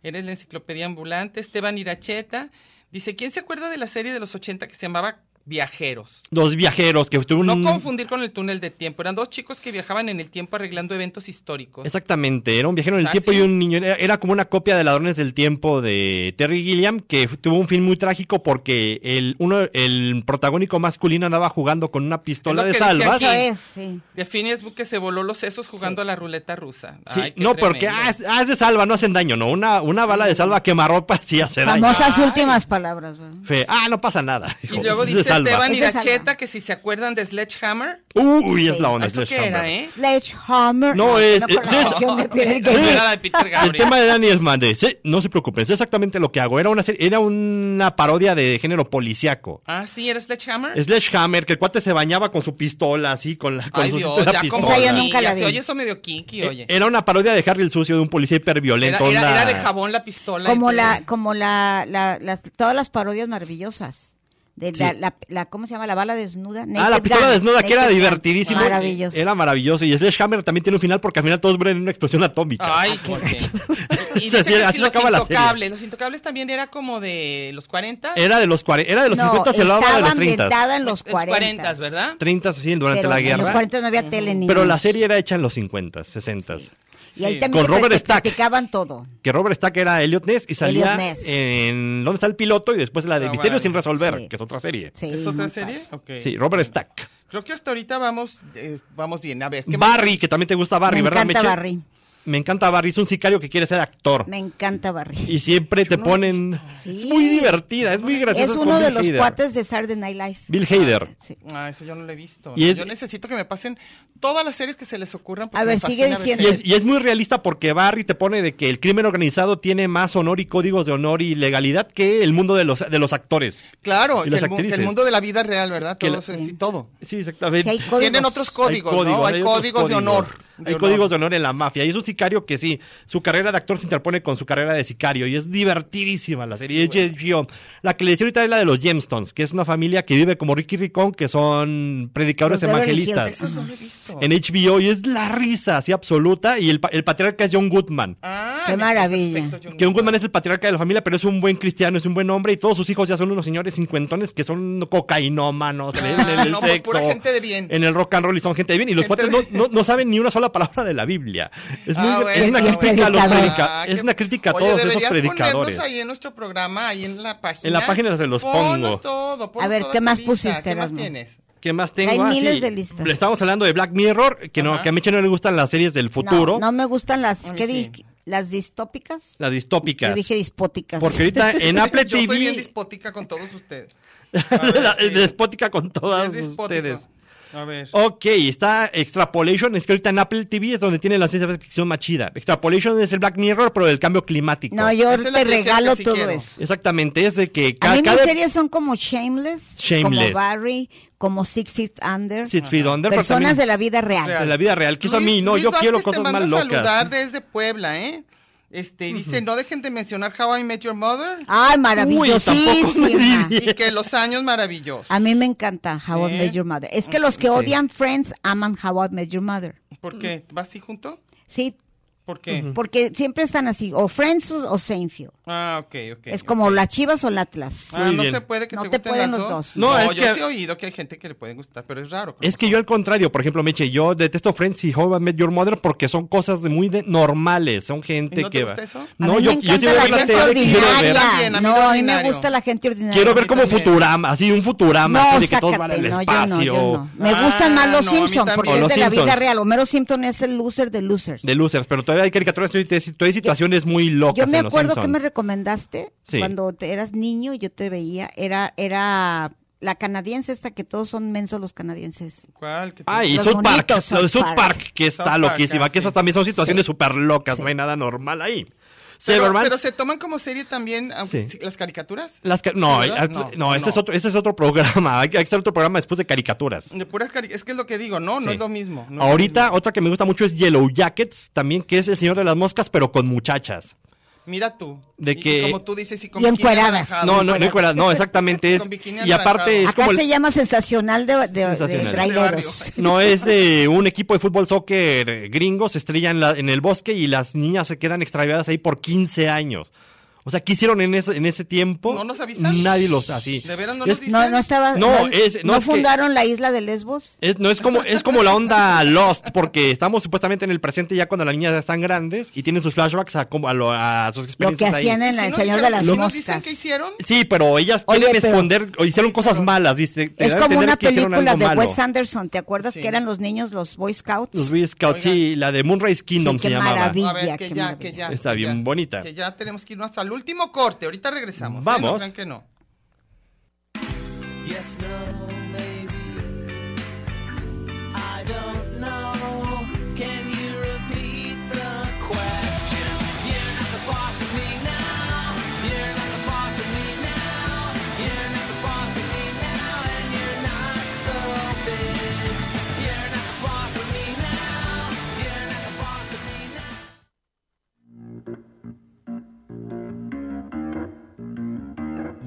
Speaker 3: Eres la enciclopedia ambulante. Esteban Iracheta dice, ¿quién se acuerda de la serie de los 80 que se llamaba Viajeros?
Speaker 5: Los viajeros que tuvieron
Speaker 3: No
Speaker 5: un-
Speaker 3: confundir con el túnel de tiempo. Eran dos chicos que viajaban en el tiempo arreglando eventos históricos.
Speaker 5: Exactamente, era un viajero en el
Speaker 3: Ah,
Speaker 5: tiempo
Speaker 3: sí.
Speaker 5: y un niño. Era, era como una copia de Ladrones del Tiempo de Terry Gilliam, que f- tuvo un film muy trágico porque el, uno, el protagónico masculino andaba jugando con una pistola
Speaker 3: lo
Speaker 5: de
Speaker 3: que decía
Speaker 5: salvas.
Speaker 3: aquí.
Speaker 2: Eso es, sí.
Speaker 3: De Phineas Book que se voló los sesos jugando a la ruleta rusa.
Speaker 5: Sí,
Speaker 3: Ay, qué
Speaker 5: no, porque
Speaker 3: tremendo.
Speaker 5: ah, es, ah, es de salva, no hacen daño, no. Una, una bala de salva quemarropa sí hace daño.
Speaker 2: Famosas últimas palabras. ¿verdad?
Speaker 5: Fe- Ah, no pasa nada.
Speaker 3: Y luego
Speaker 5: Es de
Speaker 3: dice
Speaker 5: salva.
Speaker 3: Esteban
Speaker 2: Ese es salva.
Speaker 3: Iracheta que si se acuerdan de Sledgehammer.
Speaker 5: Uy, es la
Speaker 3: ¿ah,
Speaker 5: onda.
Speaker 3: ¿Eso
Speaker 5: es
Speaker 3: qué era,
Speaker 5: Sledgehammer.
Speaker 3: eh?
Speaker 2: Sledgehammer.
Speaker 5: No, es-
Speaker 2: con la
Speaker 5: es-
Speaker 2: canción de Peter
Speaker 5: Sí.
Speaker 2: Gabriel.
Speaker 3: Era la de Peter
Speaker 5: El
Speaker 3: Gabriel.
Speaker 5: tema de Daniel Mande, sí, no se preocupen, es exactamente lo que hago. Era una, serie- era una parodia de género policíaco.
Speaker 3: Ah, sí, era Sledgehammer.
Speaker 5: Sledgehammer, que el cuate se bañaba con su pistola, así, con la con
Speaker 3: Ay,
Speaker 5: su
Speaker 3: Dios,
Speaker 5: cinta de
Speaker 3: ya como
Speaker 5: pistola.
Speaker 2: Esa yo
Speaker 3: sí,
Speaker 2: nunca la
Speaker 3: ya se
Speaker 2: vi.
Speaker 3: oye eso medio kinky, oye.
Speaker 5: Eh, Era una parodia de Harry el Sucio, de un policía
Speaker 3: Era,
Speaker 5: hiperviolento.
Speaker 3: era-
Speaker 5: onda-
Speaker 3: era de jabón la pistola.
Speaker 2: Como
Speaker 3: y-
Speaker 2: la, como la, la- las- todas las parodias maravillosas. De la,
Speaker 5: Sí.
Speaker 2: la- la- ¿cómo se llama? La bala desnuda.
Speaker 5: Ah, la
Speaker 2: Naked
Speaker 5: pistola
Speaker 2: Gun,
Speaker 5: desnuda, que era
Speaker 2: Naked Gun.
Speaker 5: divertidísimo.
Speaker 2: Maravilloso.
Speaker 5: Era maravilloso. Y Sledgehammer también tiene un final porque al final todos mueren en una explosión atómica.
Speaker 3: Ay,
Speaker 2: qué
Speaker 3: Jorge.
Speaker 2: gacho.
Speaker 3: Y
Speaker 5: Así-
Speaker 3: dice que
Speaker 5: así
Speaker 3: los
Speaker 5: acaba la serie.
Speaker 3: intocables. Los intocables también era como de los 40.
Speaker 5: Era de los 40, era de los
Speaker 2: No,
Speaker 5: 50, se hablaba
Speaker 2: estaba
Speaker 5: de los 30.
Speaker 2: ambientada en los 40.
Speaker 3: 40, ¿verdad?
Speaker 5: 30, sí, durante
Speaker 2: Pero
Speaker 5: la
Speaker 2: En los
Speaker 5: guerra.
Speaker 2: 40 no había tele ni
Speaker 5: Pero
Speaker 2: nada.
Speaker 5: la serie era hecha en los 50, 60.
Speaker 2: Y ahí
Speaker 3: Sí.
Speaker 2: también
Speaker 5: Con
Speaker 2: te-
Speaker 5: Robert
Speaker 2: te
Speaker 5: Stack.
Speaker 2: criticaban todo.
Speaker 5: Que Robert Stack era Elliot Ness y salía
Speaker 2: Elliot Ness.
Speaker 5: en ¿Dónde está el piloto? Y después la de
Speaker 3: Ah,
Speaker 5: Misterio
Speaker 3: bueno.
Speaker 5: sin resolver,
Speaker 2: Sí.
Speaker 5: que es otra serie.
Speaker 2: Sí,
Speaker 3: ¿Es
Speaker 2: muy
Speaker 3: otra
Speaker 2: padre.
Speaker 3: serie? Ok.
Speaker 5: Sí, Robert Stack.
Speaker 3: Creo que hasta ahorita vamos.
Speaker 6: Eh, vamos bien, a ver. ¿qué más?
Speaker 5: Barry, que también te gusta Barry,
Speaker 2: me
Speaker 5: ¿verdad,
Speaker 2: encanta
Speaker 5: Meche?
Speaker 2: Barry.
Speaker 5: Me encanta Barry, es un sicario que quiere ser actor.
Speaker 2: Me encanta Barry.
Speaker 5: Y siempre te
Speaker 6: no lo he
Speaker 5: ponen...
Speaker 2: Sí.
Speaker 5: Es muy divertida, es muy
Speaker 2: Es
Speaker 5: graciosa. con
Speaker 2: uno de
Speaker 5: Bill
Speaker 2: los
Speaker 5: Hader.
Speaker 2: cuates de Saturday Night Live.
Speaker 5: Bill Hader.
Speaker 2: Sí.
Speaker 3: Ah, eso yo no lo he visto.
Speaker 5: Y es-
Speaker 3: Yo necesito que me pasen todas las series que se les ocurran.
Speaker 2: A ver, sigue diciendo.
Speaker 5: Y es, y es muy realista porque Barry te pone de que el crimen organizado tiene más honor y códigos de honor y legalidad que el mundo de los, de los actores.
Speaker 3: Claro.
Speaker 5: Y
Speaker 3: que
Speaker 5: las
Speaker 3: el, mu- que el
Speaker 5: actrices.
Speaker 3: mundo de la vida real, ¿verdad?
Speaker 5: Que la-
Speaker 3: Todos, es- y todo.
Speaker 5: Sí, exactamente.
Speaker 2: Sí, hay códigos.
Speaker 3: Tienen otros códigos, ¿no? Hay,
Speaker 5: otros
Speaker 3: códigos, de honor. de
Speaker 5: Hay
Speaker 3: honor.
Speaker 5: códigos de honor en la mafia. Y es un sicario que sí, su carrera de actor se interpone con su carrera de sicario. Y es divertidísima la serie. Es HBO. La que le decía ahorita es la de los Gemstones, que es una familia que vive como Ricky Ricón, que son predicadores
Speaker 2: Los Beverly
Speaker 5: evangelistas.
Speaker 3: Eso no lo he visto.
Speaker 5: En HBO. Y es la risa así absoluta. Y el, pa- el patriarca es John Goodman.
Speaker 3: Ah,
Speaker 2: Qué
Speaker 3: me-
Speaker 2: maravilla.
Speaker 3: perfecto, John
Speaker 5: Que un Goodman
Speaker 3: Goodman.
Speaker 5: es el patriarca de la familia, pero es un buen cristiano, es un buen hombre y todos sus hijos ya son unos señores cincuentones que son cocainómanos en el- en
Speaker 3: Ah,
Speaker 5: el
Speaker 3: no, pues,
Speaker 5: sexo,
Speaker 3: pura gente de bien.
Speaker 5: en el rock and roll y son gente de bien y los
Speaker 3: Gente
Speaker 5: cuates no, no, no saben ni una sola palabra de la Biblia. Es, muy,
Speaker 3: Ah,
Speaker 5: es una
Speaker 2: bueno,
Speaker 5: crítica a los
Speaker 2: bueno.
Speaker 5: predica-
Speaker 3: Ah,
Speaker 5: es
Speaker 3: qué-
Speaker 5: una crítica a
Speaker 3: Oye,
Speaker 5: todos esos
Speaker 3: deberías
Speaker 5: predicadores.
Speaker 3: ponernos ahí en nuestro programa, ahí en la página.
Speaker 5: En la página se los
Speaker 3: Ponnos
Speaker 5: pongo.
Speaker 3: todo, ponnos
Speaker 2: A ver,
Speaker 3: toda
Speaker 2: ¿qué
Speaker 3: tu
Speaker 2: más
Speaker 3: lista,
Speaker 2: pusiste,
Speaker 3: ¿Qué más
Speaker 2: Erasmo?
Speaker 3: tienes?
Speaker 5: ¿Qué más tengo?
Speaker 2: Hay
Speaker 5: Ah,
Speaker 2: miles
Speaker 5: sí,
Speaker 2: de listas.
Speaker 5: Le estamos hablando de Black Mirror, que no,
Speaker 3: Ajá.
Speaker 5: que a Meche no le gustan las series del futuro,
Speaker 2: No, no me gustan las,
Speaker 3: A mí
Speaker 2: ¿qué
Speaker 3: sí.
Speaker 2: dije? Las distópicas.
Speaker 5: las distópicas.
Speaker 2: Yo dije dispóticas.
Speaker 5: Porque ahorita en Apple
Speaker 3: Yo
Speaker 5: TV
Speaker 3: soy bien dispótica con todos ustedes. A ver,
Speaker 5: La-
Speaker 3: sí.
Speaker 5: Despótica con todas
Speaker 3: Es despótico.
Speaker 5: ustedes. Oh,
Speaker 3: A ver.
Speaker 5: Ok, está Extrapolation, es que ahorita en Apple TV es donde tiene la ciencia ficción más chida. Extrapolation es el Black Mirror, pero del cambio climático.
Speaker 2: No, yo
Speaker 3: Esa es
Speaker 2: te
Speaker 3: la que creo
Speaker 2: regalo
Speaker 3: que sí
Speaker 2: todo
Speaker 3: quiero.
Speaker 2: eso.
Speaker 5: Exactamente, es de
Speaker 2: A
Speaker 5: que ca-
Speaker 2: mí
Speaker 5: cada
Speaker 2: mis series son como Shameless,
Speaker 5: Shameless.
Speaker 2: como Barry, como Six Feet Under,
Speaker 5: Six Feet Under, pero
Speaker 2: personas
Speaker 5: también
Speaker 2: de la vida real.
Speaker 5: de la vida real. Que eso a mí no,
Speaker 3: Luis
Speaker 5: yo
Speaker 3: Vázquez
Speaker 5: quiero
Speaker 3: te
Speaker 5: cosas
Speaker 3: manda
Speaker 5: más locas.
Speaker 3: saludar desde Puebla, ¿eh? Este, y dice, no dejen de mencionar How I Met Your Mother
Speaker 2: Ay,
Speaker 5: Ah, Uy, tampoco me
Speaker 2: maravillosísima.
Speaker 5: diría.
Speaker 3: y que los años maravillosos.
Speaker 2: A mí me encanta How I
Speaker 3: ¿Eh?
Speaker 2: Met Your Mother. Es que los que odian Friends aman How I Met Your Mother.
Speaker 3: ¿Por qué? ¿Vas así junto?
Speaker 2: Sí,
Speaker 3: ¿Por qué?
Speaker 5: Mm.
Speaker 2: porque siempre están así, o Friends o o Seinfeld.
Speaker 3: Ah, ok, ok.
Speaker 2: es como
Speaker 3: ok.
Speaker 2: las chivas o el Atlas.
Speaker 3: Ah,
Speaker 5: Muy
Speaker 3: no
Speaker 5: bien.
Speaker 3: se puede que
Speaker 2: No
Speaker 3: te,
Speaker 2: te
Speaker 3: gusten
Speaker 2: pueden
Speaker 3: las
Speaker 2: los
Speaker 3: dos.
Speaker 2: dos.
Speaker 5: No, es
Speaker 3: yo
Speaker 5: que-
Speaker 3: sí he oído que hay gente que le pueden gustar, pero es raro.
Speaker 5: Es que yo al contrario, por ejemplo, Meche, yo detesto Friends y How I Met Your Mother porque son cosas de- muy de- normales, son gente
Speaker 3: ¿Y no te
Speaker 5: que
Speaker 3: gusta eso?
Speaker 2: A
Speaker 5: No,
Speaker 2: mí
Speaker 5: yo,
Speaker 2: me
Speaker 5: yo sí
Speaker 2: encanta
Speaker 5: voy a ver
Speaker 2: la
Speaker 5: la
Speaker 2: gente
Speaker 5: tele, quiero ver,
Speaker 2: ordinaria.
Speaker 3: También, a mí
Speaker 2: no,
Speaker 3: lo
Speaker 2: a mí me
Speaker 3: ordinario.
Speaker 2: gusta la gente ordinaria.
Speaker 5: quiero ver
Speaker 3: mí
Speaker 5: como
Speaker 3: también.
Speaker 5: Futurama, así un Futurama,
Speaker 2: no,
Speaker 5: así de que todos van
Speaker 2: sácate,
Speaker 5: al
Speaker 2: no, yo no,
Speaker 5: espacio.
Speaker 2: yo no. Me
Speaker 3: Ah,
Speaker 2: gustan más los
Speaker 3: no, a mí
Speaker 2: Simpsons porque
Speaker 3: también.
Speaker 2: es
Speaker 5: O
Speaker 2: de
Speaker 5: los
Speaker 2: la vida
Speaker 5: Simpsons.
Speaker 2: real. Homero Simpson es el loser de losers.
Speaker 5: De losers, pero todavía hay caricaturas y todavía hay situaciones muy locas.
Speaker 2: Yo me
Speaker 5: en los
Speaker 2: acuerdo que
Speaker 5: Simpsons.
Speaker 2: me recomendaste
Speaker 5: Sí.
Speaker 2: cuando te- eras niño y yo te veía, era era la canadiense esta que todos son mensos los canadienses.
Speaker 3: ¿Cuál? ¿Qué te-
Speaker 5: Ah, y
Speaker 2: Los
Speaker 5: South Park,
Speaker 2: monitos,
Speaker 5: lo de
Speaker 2: South
Speaker 5: South Park,
Speaker 2: Park.
Speaker 5: que está
Speaker 3: South Park,
Speaker 5: loquísima,
Speaker 3: ah,
Speaker 5: que
Speaker 3: sí.
Speaker 5: esas también son situaciones
Speaker 2: Sí.
Speaker 5: súper locas,
Speaker 2: Sí.
Speaker 5: no hay nada normal ahí.
Speaker 3: pero,
Speaker 5: Severman,
Speaker 3: pero se toman como serie también aunque-
Speaker 5: Sí.
Speaker 3: las caricaturas.
Speaker 5: las ca- no,
Speaker 3: Sí,
Speaker 5: eh,
Speaker 3: ¿verdad?
Speaker 5: no, ese, Es otro, ese es otro programa, hay que hay que hacer otro programa después de caricaturas.
Speaker 3: De puras cari- es que es lo que digo, no, no
Speaker 5: Sí.
Speaker 3: es lo mismo. no es lo
Speaker 5: Ahorita,
Speaker 3: mismo.
Speaker 5: otra que me gusta mucho es Yellow Jackets, también que es El Señor de las Moscas, pero con muchachas.
Speaker 3: Mira tú.
Speaker 5: de
Speaker 3: y- y
Speaker 5: que-
Speaker 3: como tú dices, y con
Speaker 2: Y
Speaker 3: bikini
Speaker 2: encueradas.
Speaker 3: anaranjado.
Speaker 5: No, no, no, recuerda, no, exactamente es.
Speaker 3: Ah, Con bikini
Speaker 5: Y aparte
Speaker 3: anaranjado.
Speaker 5: es
Speaker 2: Acá
Speaker 5: como. el-
Speaker 2: se llama sensacional de, de- de
Speaker 5: Sensacional.
Speaker 2: traileros.
Speaker 5: No, es eh, un equipo de fútbol soccer eh, gringo, se estrella en, la- en el bosque y las niñas se quedan extraviadas ahí por 15 años. O sea, ¿qué hicieron en ese, en ese tiempo?
Speaker 3: ¿No nos avisan?
Speaker 5: Nadie los así.
Speaker 3: ¿De veras no
Speaker 5: es,
Speaker 3: nos dicen?
Speaker 2: No, no estaba.
Speaker 5: No, es- no
Speaker 2: ¿no
Speaker 5: es que-
Speaker 2: fundaron la isla de Lesbos.
Speaker 5: es- no es como es como la onda Lost porque estamos supuestamente en el presente ya cuando las niñas ya están grandes y tienen sus flashbacks a, como- a lo- a sus
Speaker 2: Lo que
Speaker 5: experiencias ahí.
Speaker 2: hacían en la-
Speaker 3: Si
Speaker 2: El
Speaker 3: no
Speaker 2: Señor de
Speaker 3: dijeron-
Speaker 2: las
Speaker 3: si no dicen
Speaker 2: Moscas.
Speaker 3: qué hicieron?
Speaker 5: Sí, pero ellas
Speaker 2: Oye,
Speaker 5: quieren
Speaker 2: pero-
Speaker 5: esconder o hicieron cosas malas, dice. te
Speaker 2: Es como
Speaker 5: dan a entender
Speaker 2: una
Speaker 5: que hicieron
Speaker 2: película
Speaker 5: algo
Speaker 2: de
Speaker 5: malo.
Speaker 2: Wes Anderson. ¿Te acuerdas
Speaker 3: Sí.
Speaker 2: que eran los niños los Boy Scouts?
Speaker 5: Los Boy Scouts, sí, la de Moonrise Kingdom
Speaker 2: Sí, qué
Speaker 5: se llamaba.
Speaker 2: maravilla.
Speaker 3: A ver, que
Speaker 2: qué
Speaker 3: ya,
Speaker 2: maravilla.
Speaker 3: que ya.
Speaker 5: Está
Speaker 3: que
Speaker 5: bien
Speaker 3: ya,
Speaker 5: bonita.
Speaker 3: Que ya tenemos que irnos hasta el último corte. Ahorita regresamos. ¿eh?
Speaker 5: Vamos.
Speaker 3: No crean que no.
Speaker 9: Yes, no, maybe. I don't know. Can you repeat the question? You're not the boss of me now. You're not the boss of me now. You're not the boss of me now. And you're not so big. You're not the boss of me now. You're not the boss of me now.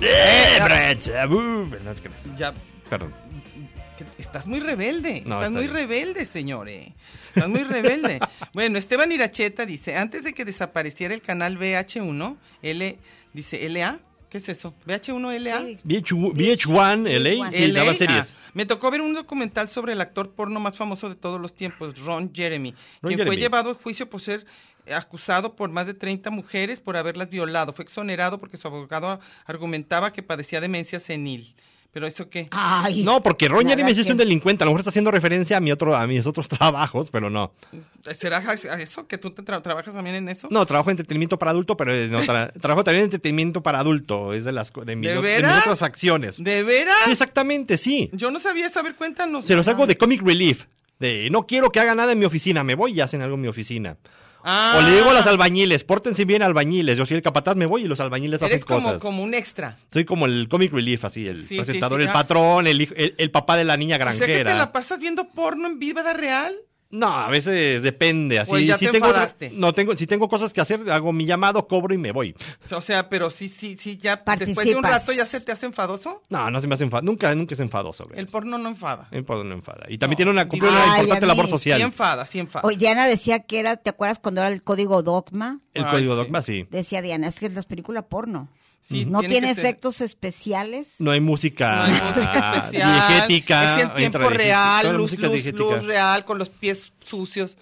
Speaker 5: ¡Eh, Brett! ¡Abú! No, es que no sé.
Speaker 3: Ya.
Speaker 5: Perdón.
Speaker 3: que- Estás muy rebelde,
Speaker 5: No,
Speaker 3: estás
Speaker 5: está
Speaker 3: muy
Speaker 5: bien.
Speaker 3: rebelde, señores. Estás muy rebelde. bueno, Esteban Iracheta dice, antes de que desapareciera el canal VH1, L, dice LA, ¿qué es eso?
Speaker 2: Sí.
Speaker 3: VH1LA.
Speaker 5: VH1, VH1 LA, sí,
Speaker 3: LA,
Speaker 5: daba series.
Speaker 3: ah, me tocó ver un documental sobre el actor porno más famoso de todos los tiempos, Ron Jeremy,
Speaker 5: Ron
Speaker 3: quien fue
Speaker 5: Jeremy.
Speaker 3: llevado a juicio por ser acusado por más de 30 mujeres por haberlas violado. Fue exonerado porque su abogado argumentaba que padecía demencia senil. ¿Pero eso qué?
Speaker 8: Ay.
Speaker 5: No, porque Ron
Speaker 8: Nada
Speaker 5: Jeremy sí es
Speaker 8: que-
Speaker 5: un delincuente. A lo mejor está haciendo referencia a, mi otro, a mis otros trabajos, pero no.
Speaker 3: ¿Será a eso? ¿Que tú te tra- trabajas también en eso?
Speaker 5: No, trabajo en entretenimiento para adulto, pero es- no, tra- trabajo también en entretenimiento para adulto. Es de las co- de mis,
Speaker 3: ¿De
Speaker 5: ot- de mis
Speaker 3: veras?
Speaker 5: otras acciones.
Speaker 3: ¿De veras?
Speaker 5: Sí, Exactamente, sí.
Speaker 3: Yo no sabía eso. A ver, cuéntanos.
Speaker 5: Se los hago de comic relief. De no quiero que haga nada en mi oficina, me voy y hacen algo en mi oficina.
Speaker 3: Ah,
Speaker 5: O le digo a las albañiles, pórtense bien albañiles. Yo soy el capataz, me voy y los albañiles hacen
Speaker 3: Eres como,
Speaker 5: cosas.
Speaker 3: como un extra.
Speaker 5: Soy como el comic relief, así, el
Speaker 3: Sí, sí,
Speaker 5: presentador,
Speaker 3: sí,
Speaker 5: el
Speaker 3: ah.
Speaker 5: patrón, el, hijo- el, el papá de la niña
Speaker 3: O sea que te
Speaker 5: granjera.
Speaker 3: la pasas viendo porno en vida real.
Speaker 5: No, a veces depende. Así,
Speaker 3: Pues ya
Speaker 5: si
Speaker 3: te
Speaker 5: tengo,
Speaker 3: enfadaste.
Speaker 5: no tengo, si tengo cosas que hacer, hago mi llamado, cobro y me voy.
Speaker 3: O sea, pero sí, sí, sí, ya después de un
Speaker 2: Participas.
Speaker 3: rato ya se te hace enfadoso.
Speaker 5: No, no se me hace enfado. Nunca, nunca es enfadoso. güey.
Speaker 3: El porno no enfada.
Speaker 5: El porno no enfada. Y también tiene una, cumple
Speaker 3: divino.
Speaker 5: una
Speaker 2: Ay,
Speaker 5: importante
Speaker 2: a mí,
Speaker 5: labor social.
Speaker 3: Sí enfada, sí enfada.
Speaker 2: Oye, Diana decía que era, ¿te acuerdas cuando era el código dogma?
Speaker 5: el
Speaker 3: Ay,
Speaker 5: código
Speaker 3: sí.
Speaker 5: dogma, sí.
Speaker 2: Decía Diana, es que es las películas porno.
Speaker 3: Sí,
Speaker 2: no
Speaker 3: tiene
Speaker 2: tiene
Speaker 3: que ser-
Speaker 2: efectos especiales.
Speaker 5: No hay música,
Speaker 3: No hay música especial.
Speaker 5: Ah, diegética,
Speaker 3: es en tiempo
Speaker 5: intradigética. Toda
Speaker 3: real,
Speaker 5: la
Speaker 3: luz,
Speaker 5: música
Speaker 3: luz,
Speaker 5: diegética.
Speaker 3: luz real, con los pies sucios,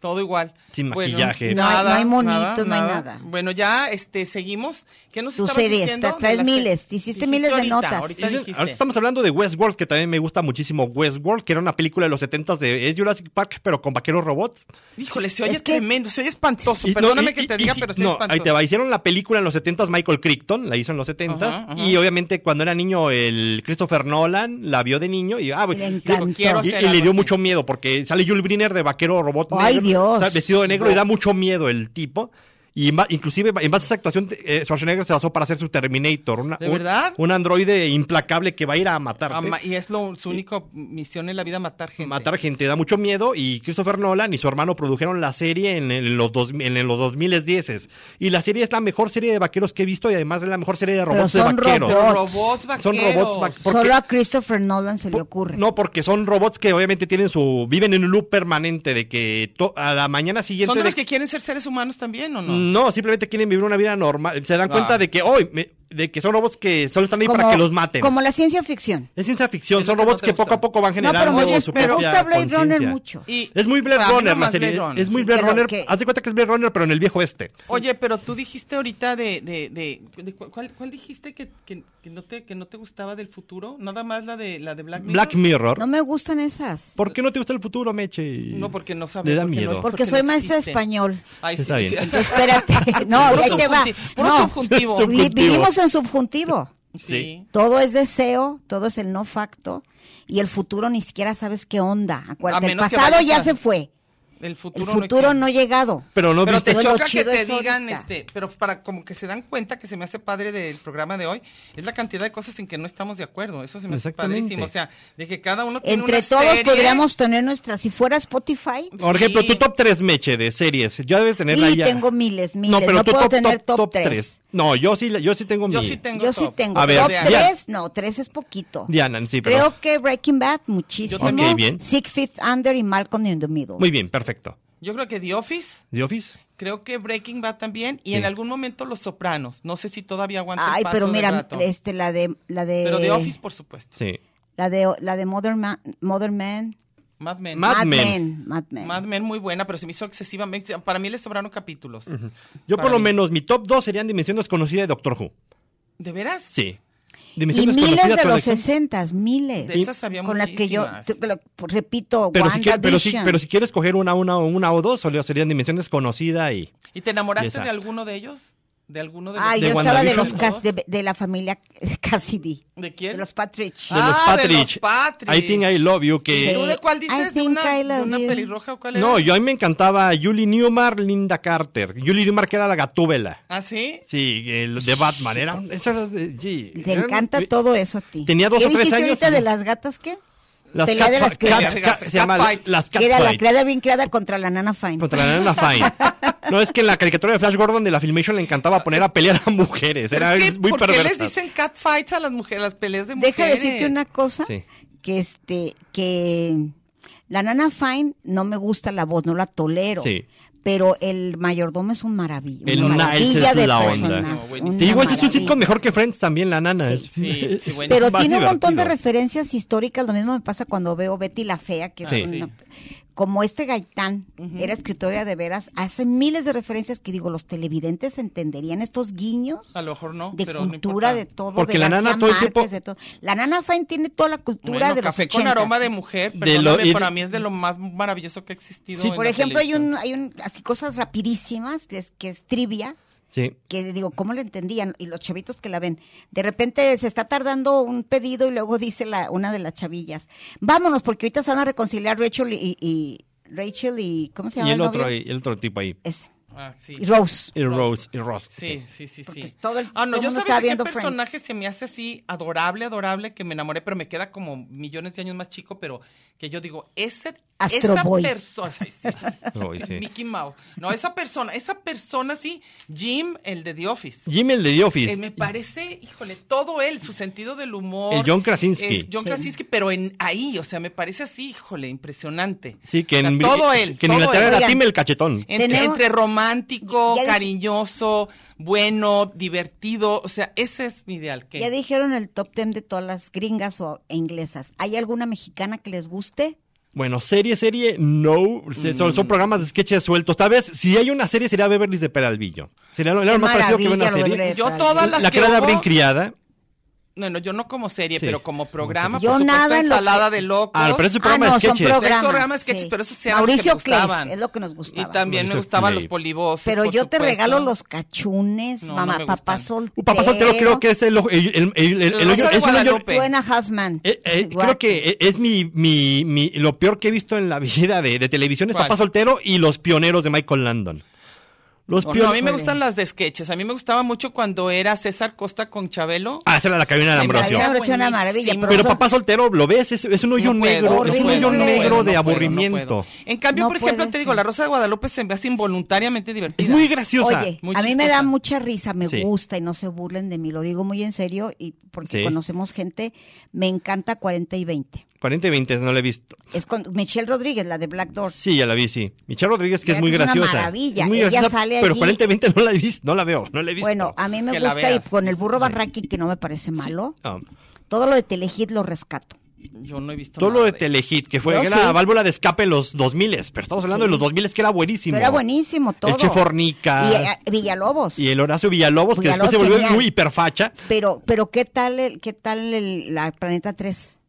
Speaker 3: todo igual.
Speaker 5: Sin maquillaje.
Speaker 2: No hay- no hay monitos, no hay nada.
Speaker 3: Bueno, ya este, seguimos. ¿Qué nos
Speaker 2: Tus
Speaker 3: estabas
Speaker 2: series,
Speaker 3: diciendo?
Speaker 2: tra-
Speaker 3: de
Speaker 2: traes
Speaker 3: las se-
Speaker 2: miles, hiciste miles de
Speaker 3: ahorita,
Speaker 2: notas.
Speaker 3: Ahorita
Speaker 5: Dicen-
Speaker 3: dijiste.
Speaker 5: ahorita estamos hablando de Westworld, que también me gusta muchísimo Westworld, que era una película de los 70 de es Jurassic Park, pero con vaqueros robots.
Speaker 3: Híjole, se oye
Speaker 2: Es que-
Speaker 3: tremendo, se oye espantoso.
Speaker 5: Y no,
Speaker 3: Perdóname
Speaker 5: y-
Speaker 3: que
Speaker 5: y-
Speaker 3: te
Speaker 5: y
Speaker 3: diga,
Speaker 5: sí-
Speaker 3: pero se oye
Speaker 5: no,
Speaker 3: espantoso.
Speaker 5: ahí te va. Hicieron la película en los 70 Michael Crichton, la hizo en los 70
Speaker 3: Ajá, ajá.
Speaker 5: y obviamente cuando era niño el Christopher Nolan la vio de niño y ah, pues,
Speaker 2: Le
Speaker 5: digo,
Speaker 2: encantó.
Speaker 3: quiero
Speaker 5: y,
Speaker 3: hacer
Speaker 5: y le
Speaker 3: algo
Speaker 5: dio
Speaker 3: así.
Speaker 5: mucho miedo porque sale Jules Briner de vaquero robot
Speaker 2: Ay,
Speaker 5: negro,
Speaker 2: Dios.
Speaker 5: o sea, vestido de negro y da mucho miedo el tipo. Y ma- inclusive en base a esa actuación eh, Schwarzenegger se basó para hacer su Terminator, una-
Speaker 3: ¿De
Speaker 5: un-
Speaker 3: verdad?
Speaker 5: un androide implacable que va a ir a matarte.
Speaker 3: Ah, ma- y es lo, su única misión en la vida, matar gente.
Speaker 5: Matar gente da mucho miedo y Christopher Nolan y su hermano produjeron la serie en, en los, dos, en, en los 2010. Y la serie es la mejor serie de vaqueros que he visto y además es la mejor serie de robots de
Speaker 2: son
Speaker 5: vaqueros.
Speaker 2: robots.
Speaker 3: Robots vaqueros.
Speaker 5: Son robots vaqueros. porque-
Speaker 2: Solo a Christopher Nolan se le ocurre.
Speaker 5: No, porque son robots que obviamente tienen su viven en un loop permanente de que to- a la mañana siguiente
Speaker 3: ¿Son de
Speaker 5: de-
Speaker 3: los que quieren ser seres humanos también o no?
Speaker 5: no, simplemente quieren vivir una vida normal. Se dan
Speaker 3: Ah.
Speaker 5: cuenta de que hoy de que son robots que solo están ahí para que los maten.
Speaker 2: como la ciencia ficción.
Speaker 5: Es ciencia ficción,
Speaker 3: Es lo
Speaker 5: son
Speaker 3: que no
Speaker 5: robots
Speaker 3: te
Speaker 5: que
Speaker 3: gusta.
Speaker 5: poco a poco van
Speaker 2: No,
Speaker 5: generando
Speaker 2: pero me,
Speaker 5: su
Speaker 2: gusta- me
Speaker 5: propia
Speaker 2: gusta Blade
Speaker 5: conciencia.
Speaker 2: Runner mucho.
Speaker 3: Y-
Speaker 5: Es muy Blade
Speaker 3: A mí
Speaker 5: Runner la
Speaker 3: nomás
Speaker 5: serie.
Speaker 3: Blade Runner.
Speaker 5: Es muy Blade
Speaker 2: Pero
Speaker 5: Runner.
Speaker 2: que-
Speaker 5: Haz de cuenta que es Blade Runner, pero en el viejo este.
Speaker 3: Oye, pero tú dijiste ahorita de, de, de, de cu- ¿cuál, cuál dijiste que, que- que no te que no te gustaba del futuro? Nada más la de la de Black Mirror.
Speaker 5: Black Mirror.
Speaker 2: No me gustan esas.
Speaker 5: ¿Por qué no te gusta el futuro, Meche?
Speaker 3: No, porque no
Speaker 5: Le
Speaker 3: sabes.
Speaker 5: da
Speaker 3: porque no
Speaker 5: miedo.
Speaker 3: es-
Speaker 2: Porque soy
Speaker 3: no
Speaker 2: maestra de
Speaker 3: existe.
Speaker 2: español.
Speaker 3: Ay,
Speaker 5: Está
Speaker 3: sí,
Speaker 5: bien.
Speaker 3: sí.
Speaker 2: Espérate. No,
Speaker 3: Puro
Speaker 2: ahí te va.
Speaker 3: subjunti- puro
Speaker 2: No.
Speaker 3: subjuntivo.
Speaker 2: Vi-
Speaker 5: Subjuntivo.
Speaker 2: Vivimos en subjuntivo.
Speaker 3: Sí.
Speaker 2: Todo es deseo, todo es el no facto y el futuro ni siquiera sabes qué onda.
Speaker 3: A
Speaker 2: Acuérdate, El
Speaker 3: menos que
Speaker 2: pasado
Speaker 3: vayas
Speaker 2: ya
Speaker 3: a-
Speaker 2: se fue.
Speaker 3: El
Speaker 2: El
Speaker 3: futuro,
Speaker 2: futuro no
Speaker 3: no
Speaker 2: ha llegado.
Speaker 5: Pero no
Speaker 3: pero
Speaker 5: viste.
Speaker 3: te
Speaker 2: Bueno,
Speaker 3: choca que
Speaker 2: chido
Speaker 3: te
Speaker 2: es
Speaker 3: digan,
Speaker 2: ahorita.
Speaker 3: este, pero para como que se dan cuenta que se me hace padre del programa de hoy, es la cantidad de cosas en que no estamos de acuerdo. Eso se me hace
Speaker 5: Exactamente.
Speaker 3: padrísimo. O sea, de que cada uno tiene
Speaker 2: Entre
Speaker 3: una
Speaker 2: todos
Speaker 3: serie.
Speaker 2: podríamos tener nuestra, si fuera Spotify,
Speaker 5: Por ejemplo,
Speaker 3: Sí.
Speaker 5: tu top 3, Meche, de series. Ya debes tener
Speaker 2: y
Speaker 5: ya.
Speaker 2: tengo miles, miles. No,
Speaker 5: tu
Speaker 2: puedo tener top, tres.
Speaker 5: tres. No, yo sí, la- yo sí tengo
Speaker 3: Yo
Speaker 5: mi-
Speaker 3: sí tengo
Speaker 2: Yo
Speaker 3: top.
Speaker 2: sí tengo.
Speaker 5: A ver,
Speaker 2: top
Speaker 5: Diana.
Speaker 2: tres, no, tres es poquito.
Speaker 5: Diana, sí, pero.
Speaker 2: Creo que Breaking Bad, muchísimo.
Speaker 3: Yo también.
Speaker 5: Ok, bien.
Speaker 2: Six Feet Under y Malcolm in the Middle.
Speaker 5: Muy bien, perfecto.
Speaker 3: Yo creo que The Office,
Speaker 5: ¿The Office?
Speaker 3: creo que Breaking Bad también, y
Speaker 5: Sí.
Speaker 3: en algún momento Los Sopranos. No sé si todavía aguanta
Speaker 2: Ay,
Speaker 3: el paso
Speaker 2: pero
Speaker 3: del
Speaker 2: mira,
Speaker 3: rato.
Speaker 2: este, la de, la de,
Speaker 3: Pero The Office, por supuesto.
Speaker 5: Sí.
Speaker 2: la de, la de Modern Man, Modern Man,
Speaker 3: Mad Men.
Speaker 5: Mad
Speaker 2: Mad,
Speaker 5: Men.
Speaker 2: Men, Mad Men.
Speaker 3: Mad Men muy buena, pero se me hizo excesivamente... Para mí le sobraron capítulos.
Speaker 5: Yo por
Speaker 3: Para
Speaker 5: lo
Speaker 3: mí.
Speaker 5: menos, mi top 2 serían Dimensión Desconocida de Doctor Who.
Speaker 3: ¿De veras?
Speaker 5: Sí.
Speaker 2: Y
Speaker 5: Dimensión
Speaker 2: miles de
Speaker 5: tu
Speaker 2: los
Speaker 5: elección.
Speaker 2: sesentas, miles.
Speaker 3: De esas había
Speaker 2: con las que yo,
Speaker 3: muchísimas.
Speaker 2: te- pero, pues, repito,
Speaker 5: Pero si, quieres,
Speaker 2: WandaVision.
Speaker 5: pero, si, pero si quieres coger una, una, una o dos, solo serían Dimensión Desconocida y.
Speaker 3: ¿Y te enamoraste
Speaker 5: Esa.
Speaker 3: de alguno de ellos? ¿De alguno de los
Speaker 2: Ah,
Speaker 5: de
Speaker 2: yo estaba de
Speaker 5: WandaVision.
Speaker 2: los cas-
Speaker 3: Todos.
Speaker 2: de, de la familia Cassidy,
Speaker 3: ¿De
Speaker 2: de
Speaker 3: quién?
Speaker 2: los Patrich.
Speaker 5: de los
Speaker 3: Ah, de los
Speaker 5: Patrick.
Speaker 3: Patrick.
Speaker 5: I think I love you.
Speaker 3: ¿Y
Speaker 5: Que...
Speaker 3: ¿Tú de cuál
Speaker 2: I
Speaker 3: dices? ¿De
Speaker 2: think
Speaker 3: una,
Speaker 2: I love
Speaker 3: de una
Speaker 2: you.
Speaker 3: pelirroja o cuál era?
Speaker 5: No, yo a mí me encantaba Julie Newmar, Linda Carter. Julie Newmar que era la gatúbela.
Speaker 3: ¿Ah, sí?
Speaker 5: Sí, el de Batman. Era, eso era de- sí,
Speaker 2: Te
Speaker 5: eran-
Speaker 2: encanta todo eso a ti.
Speaker 5: Tenía dos
Speaker 2: ¿Qué
Speaker 5: o tres
Speaker 2: dijiste
Speaker 5: años
Speaker 2: ahorita
Speaker 5: y-
Speaker 2: de las gatas qué?
Speaker 5: Las
Speaker 2: pelea
Speaker 5: cat,
Speaker 2: de las
Speaker 5: fi- cat-
Speaker 3: crías.
Speaker 5: cat- se llama
Speaker 3: Catfight.
Speaker 5: las
Speaker 2: Que era la
Speaker 5: catfight.
Speaker 2: creada bien creada contra la nana Fine.
Speaker 5: Contra la nana Fine. No, es que en la caricatura de Flash Gordon de la Filmation le encantaba poner a pelear a mujeres.
Speaker 3: Pero
Speaker 5: Era
Speaker 3: es que,
Speaker 5: muy
Speaker 3: ¿Por qué les
Speaker 5: perversa.
Speaker 3: dicen catfights a las mujeres, las peleas de mujeres?
Speaker 2: Deja de decirte una cosa,
Speaker 5: Sí.
Speaker 2: que este, que la nana Fine no me gusta la voz, no la tolero.
Speaker 5: Sí.
Speaker 2: Pero el mayordomo es un maravillo.
Speaker 5: El
Speaker 2: una
Speaker 5: Niles
Speaker 2: maravilla
Speaker 5: es
Speaker 2: de
Speaker 5: la onda.
Speaker 2: personaje,
Speaker 3: Sí, buenísimo.
Speaker 2: una
Speaker 5: Sí, digo, ese es un
Speaker 2: maravilla.
Speaker 5: sitcom mejor que Friends también, la nana.
Speaker 2: Sí.
Speaker 5: Es-
Speaker 3: Sí, sí, bueno.
Speaker 2: Pero
Speaker 5: más
Speaker 2: tiene un montón de
Speaker 5: divertido.
Speaker 2: referencias históricas. Lo mismo me pasa cuando veo Betty la Fea, que es
Speaker 5: Sí.
Speaker 2: una- como este Gaitán era escritora de veras, hace miles de referencias que digo, los televidentes entenderían estos guiños
Speaker 3: A lo mejor Ah, no,
Speaker 2: de
Speaker 3: pero
Speaker 2: cultura,
Speaker 3: no
Speaker 2: de
Speaker 3: importa.
Speaker 2: todo.
Speaker 5: Porque
Speaker 2: de
Speaker 5: la nana
Speaker 2: García
Speaker 5: todo el tiempo-
Speaker 2: Márquez, de todo. La nana Fine tiene toda la cultura
Speaker 3: Bueno,
Speaker 2: de los
Speaker 3: café con
Speaker 2: 80s.
Speaker 3: aroma de mujer,
Speaker 5: De
Speaker 3: perdóname,
Speaker 5: lo- y-
Speaker 3: para mí es de lo más maravilloso que ha existido.
Speaker 5: Sí,
Speaker 3: en
Speaker 2: Por
Speaker 3: la
Speaker 2: ejemplo, hay
Speaker 3: televisión.
Speaker 2: un, hay un, así cosas rapidísimas, que es, que es trivia,
Speaker 5: Sí.
Speaker 2: que digo, ¿cómo lo entendían? Y los chavitos que la ven. De repente se está tardando un pedido y luego dice la, una de las chavillas, vámonos porque ahorita se van a reconciliar Rachel y, y- Rachel y, ¿cómo se llama?
Speaker 5: Y el
Speaker 2: novio?
Speaker 5: otro, ahí, el otro tipo ahí.
Speaker 2: Ese.
Speaker 3: Ah, sí.
Speaker 2: Y Rose.
Speaker 5: Y Rose. Y Rose.
Speaker 3: Sí, sí, sí,
Speaker 2: Porque
Speaker 3: sí.
Speaker 2: todo el-
Speaker 3: ah, no,
Speaker 2: todo
Speaker 3: yo
Speaker 2: mundo
Speaker 3: sabes
Speaker 2: estaba
Speaker 3: de qué
Speaker 2: viendo Friends.
Speaker 3: personaje se me hace así adorable, adorable, que me enamoré, pero me queda como millones de años más chico, pero que yo digo, ese,
Speaker 2: Astro
Speaker 3: esa
Speaker 2: Boy.
Speaker 3: persona, ay, sí,
Speaker 5: Rose, sí.
Speaker 3: Mickey Mouse, no, esa persona, esa persona sí, Jim, el de The Office.
Speaker 5: Jimmy el de The Office.
Speaker 3: Eh, me parece, híjole, todo él, su sentido del humor.
Speaker 5: El John Krasinski.
Speaker 3: Es John
Speaker 2: Sí.
Speaker 3: Krasinski, pero en ahí, o sea, me parece así, híjole, impresionante.
Speaker 5: Sí, que
Speaker 3: O sea,
Speaker 5: en,
Speaker 3: todo él.
Speaker 5: que en
Speaker 3: todo
Speaker 5: Inglaterra
Speaker 3: él.
Speaker 5: era
Speaker 2: Oigan.
Speaker 5: Tim el cachetón.
Speaker 3: Entre,
Speaker 2: Tenemos-
Speaker 3: entre romántico,
Speaker 2: Ya dije-
Speaker 3: cariñoso, bueno, divertido. O sea, ese es mi ideal. que-
Speaker 2: Ya dijeron el top ten de todas las gringas o e inglesas. ¿Hay alguna mexicana que les guste?
Speaker 5: Bueno, serie, serie, no. Se- Son, son programas de sketches sueltos. Tal vez, si hay una serie, sería Beverly's de Peralvillo. Sería lo, era lo más parecido que una
Speaker 2: Maravilla, lo de
Speaker 5: serie.
Speaker 2: Beverly
Speaker 3: Yo
Speaker 2: Hills.
Speaker 3: todas las
Speaker 5: La
Speaker 3: que
Speaker 5: que era de
Speaker 3: hubo-
Speaker 5: Abril Criada.
Speaker 3: No, no, yo no como serie,
Speaker 5: Sí.
Speaker 3: pero como programa,
Speaker 2: Yo
Speaker 3: por supuesto,
Speaker 2: nada en lo
Speaker 3: ensalada
Speaker 2: que-
Speaker 3: de locos.
Speaker 5: Ah, pero ese
Speaker 2: Ah,
Speaker 5: programa
Speaker 2: no,
Speaker 5: de
Speaker 2: son
Speaker 5: sketches.
Speaker 2: programas.
Speaker 3: Esos programas sketches, pero esos eran los que
Speaker 2: Mauricio
Speaker 3: me gustaban.
Speaker 2: Clay, es lo que nos
Speaker 3: Y
Speaker 2: gustaba.
Speaker 3: también me
Speaker 5: Mauricio
Speaker 3: gustaban
Speaker 5: Clay.
Speaker 3: los polivoces.
Speaker 2: Pero
Speaker 3: por
Speaker 2: yo te
Speaker 3: supuesto.
Speaker 2: regalo los cachunes,
Speaker 3: No, no
Speaker 2: mamá,
Speaker 3: me gustan.
Speaker 2: papá soltero.
Speaker 5: Un papá soltero creo que es el... ojo- el, el, el- el- el-
Speaker 3: Rosa de
Speaker 5: es un hoyo-
Speaker 3: Guadalupe.
Speaker 2: Buena Huffman.
Speaker 5: eh, eh, creo que e- es mi, mi, mi- lo peor que he visto en la vida de, de televisión es
Speaker 3: ¿Cuál?
Speaker 5: Papá Soltero y Los Pioneros de Michael Landon. Los
Speaker 3: No,
Speaker 5: Pioneros...
Speaker 3: a mí me gustan las de sketches. A mí me gustaba mucho cuando era César Costa con Chabelo.
Speaker 5: Ah, esa era la cabina de
Speaker 3: Se me
Speaker 5: Ambrosio.
Speaker 3: hacía
Speaker 2: Ambrosio era una maravilla,
Speaker 3: buenísimo.
Speaker 5: Pero
Speaker 2: Pero
Speaker 5: papá soltero, lo ves, es, es un hoyo
Speaker 3: No puedo, no
Speaker 5: negro, es un
Speaker 3: puedo,
Speaker 5: hoyo
Speaker 3: no
Speaker 5: negro
Speaker 3: puedo,
Speaker 5: de
Speaker 3: no puedo,
Speaker 5: aburrimiento.
Speaker 3: no puedo. En cambio,
Speaker 2: No
Speaker 3: por ejemplo,
Speaker 2: puede
Speaker 3: te
Speaker 2: ser.
Speaker 3: digo, la Rosa de Guadalupe se me hace involuntariamente
Speaker 5: Es
Speaker 3: divertida.
Speaker 5: muy graciosa.
Speaker 2: Oye,
Speaker 3: muy
Speaker 2: a mí me
Speaker 3: chistosa.
Speaker 2: da mucha risa, me
Speaker 5: Sí.
Speaker 2: gusta y no se burlen de mí, lo digo muy en serio y porque
Speaker 5: Sí.
Speaker 2: conocemos gente, me encanta 40 y 20.
Speaker 5: 40 y 20, no la he visto.
Speaker 2: Es con Michelle Rodríguez, la de Black Door.
Speaker 5: Sí, ya la vi, sí. Michelle Rodríguez, que
Speaker 2: Mira
Speaker 5: es muy
Speaker 2: que es una
Speaker 5: graciosa.
Speaker 2: maravilla,
Speaker 5: Es muy
Speaker 2: ella
Speaker 5: graciosa,
Speaker 2: sale
Speaker 5: pero
Speaker 2: allí.
Speaker 5: 40 y 20 no la he visto, no la veo, no la he visto.
Speaker 2: Bueno, a mí me
Speaker 3: Que la
Speaker 2: gusta y
Speaker 3: veas.
Speaker 2: con el burro Barraqui, que no me parece malo,
Speaker 5: Ah,
Speaker 2: todo lo de Telehit lo rescato.
Speaker 3: Yo no he visto
Speaker 5: todo lo
Speaker 3: nada
Speaker 5: de
Speaker 3: eso.
Speaker 5: Telehit, que fue
Speaker 2: Yo
Speaker 5: que
Speaker 2: sí.
Speaker 5: la válvula de escape en los 2000, pero estamos hablando
Speaker 2: Sí.
Speaker 5: de los 2000 que era buenísimo.
Speaker 2: Pero era buenísimo todo.
Speaker 5: El Chef Hornica.
Speaker 2: Y eh, Villalobos.
Speaker 5: Y el Horacio Villalobos, que
Speaker 2: Villalobos,
Speaker 5: después se volvió
Speaker 2: genial.
Speaker 5: muy hiperfacha.
Speaker 2: Pero, pero ¿qué tal el, qué tal el- la Planeta 3?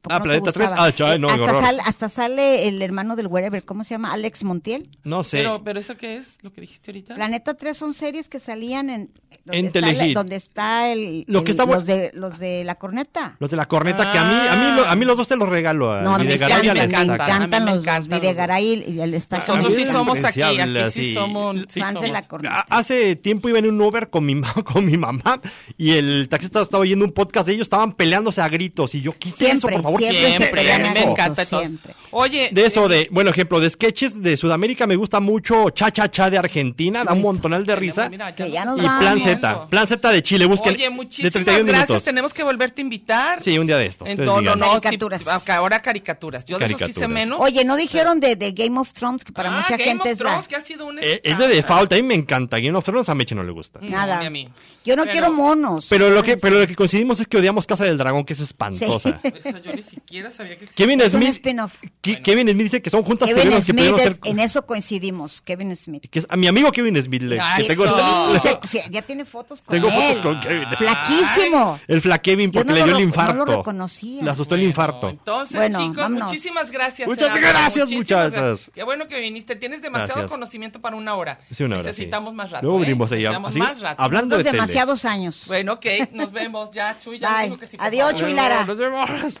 Speaker 2: ¿Por qué
Speaker 5: Ah,
Speaker 2: te
Speaker 5: Planeta 3,
Speaker 2: gustaba? Eh,
Speaker 5: ah, chay, no, qué
Speaker 2: hasta,
Speaker 5: horror.
Speaker 2: sale, hasta sale el hermano del wherever, ¿cómo se llama? Alex Montiel.
Speaker 5: No sé.
Speaker 3: Pero, pero ¿eso qué es? ¿Lo que dijiste ahorita?
Speaker 2: Planeta 3 son series que salían en... donde
Speaker 5: En
Speaker 2: está la-
Speaker 5: Telehit.
Speaker 2: donde está el...
Speaker 5: Lo que
Speaker 2: el-
Speaker 5: está bu-
Speaker 2: los, de, los de La Corneta.
Speaker 5: Los de la corneta, que a mí, a mí, lo- a mí los dos te los regalo. a
Speaker 2: No, a mí, sí, a
Speaker 3: Videgaray
Speaker 5: Videgaray
Speaker 2: mí me,
Speaker 5: y a la
Speaker 2: encantan,
Speaker 5: Estaca.
Speaker 3: encantan, a mí me
Speaker 2: los dos.
Speaker 3: encantan los
Speaker 2: Videgaray y- y el Estaca.
Speaker 3: Nosotros sí
Speaker 5: También
Speaker 3: somos aquí,
Speaker 5: apreciable,
Speaker 3: aquí sí
Speaker 5: así.
Speaker 3: somos. Ah, sí
Speaker 2: Fans de
Speaker 3: somos.
Speaker 2: La Corneta.
Speaker 5: A- Hace tiempo iba en un Uber con mi, ma- con mi mamá y el taxista estaba oyendo un podcast de ellos, estaban peleándose a gritos y yo quité eso,
Speaker 2: Siempre,
Speaker 5: por favor.
Speaker 2: siempre
Speaker 5: quiten
Speaker 2: se
Speaker 3: Siempre, a
Speaker 2: pelean
Speaker 3: mí
Speaker 5: eso".
Speaker 3: me
Speaker 2: Eso,
Speaker 3: encanta eso.
Speaker 2: siempre.
Speaker 3: Oye,
Speaker 5: De eso, de,
Speaker 3: eh,
Speaker 5: bueno, ejemplo, de sketches de Sudamérica me gusta mucho Cha Cha Cha de Argentina, da un montonal de risa.
Speaker 3: mira,
Speaker 2: que ya
Speaker 5: Y
Speaker 2: nos vamos.
Speaker 5: Plan
Speaker 3: viendo.
Speaker 5: Z, Plan Z de Chile, busquen.
Speaker 3: Oye,
Speaker 5: de
Speaker 3: muchísimas
Speaker 5: 31
Speaker 3: gracias.
Speaker 5: minutos.
Speaker 3: Tenemos que volverte a invitar.
Speaker 5: Sí, un día de estos.
Speaker 3: En
Speaker 5: ustedes
Speaker 3: todo, no,
Speaker 5: digan.
Speaker 3: no, sí,
Speaker 2: Caricaturas.
Speaker 3: acá, ahora caricaturas. Yo de eso sí sé
Speaker 5: Caricaturas.
Speaker 3: menos.
Speaker 2: Oye, ¿no dijeron de, de Game of Thrones? Que para
Speaker 3: Ah,
Speaker 2: mucha
Speaker 3: Game
Speaker 2: gente
Speaker 3: of
Speaker 2: es la...
Speaker 3: Thrones, que ha sido un
Speaker 5: Eh, es de
Speaker 3: escándalo.
Speaker 5: default, a mí me encanta. Game of Thrones a Meche no le gusta.
Speaker 3: No,
Speaker 2: Nada.
Speaker 3: ni a mí.
Speaker 2: Yo no
Speaker 3: Pero-
Speaker 2: quiero monos.
Speaker 5: Pero lo que pero lo que coincidimos es que odiamos Casa del Dragón, que es espantosa.
Speaker 3: Esa yo ni siquiera sabía que existía.
Speaker 5: Kevin
Speaker 2: Es un
Speaker 5: Smith,
Speaker 2: spin-off.
Speaker 5: Ki- Kevin Smith dice que son juntas
Speaker 2: Kevin
Speaker 5: pudieron- que
Speaker 2: Smith,
Speaker 5: pudieron
Speaker 2: es-
Speaker 5: ser-
Speaker 2: en eso coincidimos, Kevin Smith.
Speaker 5: que es a mi amigo Kevin Smith. le-
Speaker 3: Ay,
Speaker 5: que tengo
Speaker 3: sí.
Speaker 2: Y se- se- ya tiene fotos con
Speaker 5: tengo
Speaker 2: él.
Speaker 5: fotos con Kevin.
Speaker 2: Flaquísimo.
Speaker 5: El flaquevin porque
Speaker 2: Yo no
Speaker 5: le
Speaker 2: lo
Speaker 5: dio el
Speaker 2: rec-
Speaker 5: infarto.
Speaker 2: no lo reconocía.
Speaker 5: Le asustó el
Speaker 3: Bueno,
Speaker 5: infarto.
Speaker 3: Entonces,
Speaker 2: Bueno,
Speaker 3: chicos,
Speaker 2: vámonos.
Speaker 3: muchísimas gracias.
Speaker 5: Muchas
Speaker 3: Eduardo.
Speaker 5: gracias,
Speaker 3: Muchísimas
Speaker 5: muchachas.
Speaker 3: gracias. Qué bueno que viniste. Tienes demasiado
Speaker 5: Gracias.
Speaker 3: conocimiento para una hora.
Speaker 5: Sí, una hora, sí.
Speaker 3: Necesitamos más rato.
Speaker 5: Luego
Speaker 3: ¿eh?
Speaker 5: venimos ahí,
Speaker 3: Necesitamos
Speaker 5: así,
Speaker 3: más rato.
Speaker 5: hablando
Speaker 2: Unos
Speaker 5: de tele.
Speaker 2: demasiados años.
Speaker 3: Bueno, ok, nos vemos ya, Chuy. Ya
Speaker 2: Bye.
Speaker 3: dijo que sí, por
Speaker 2: Adiós,
Speaker 3: favor.
Speaker 2: Chuy Lara.
Speaker 5: Nos vemos.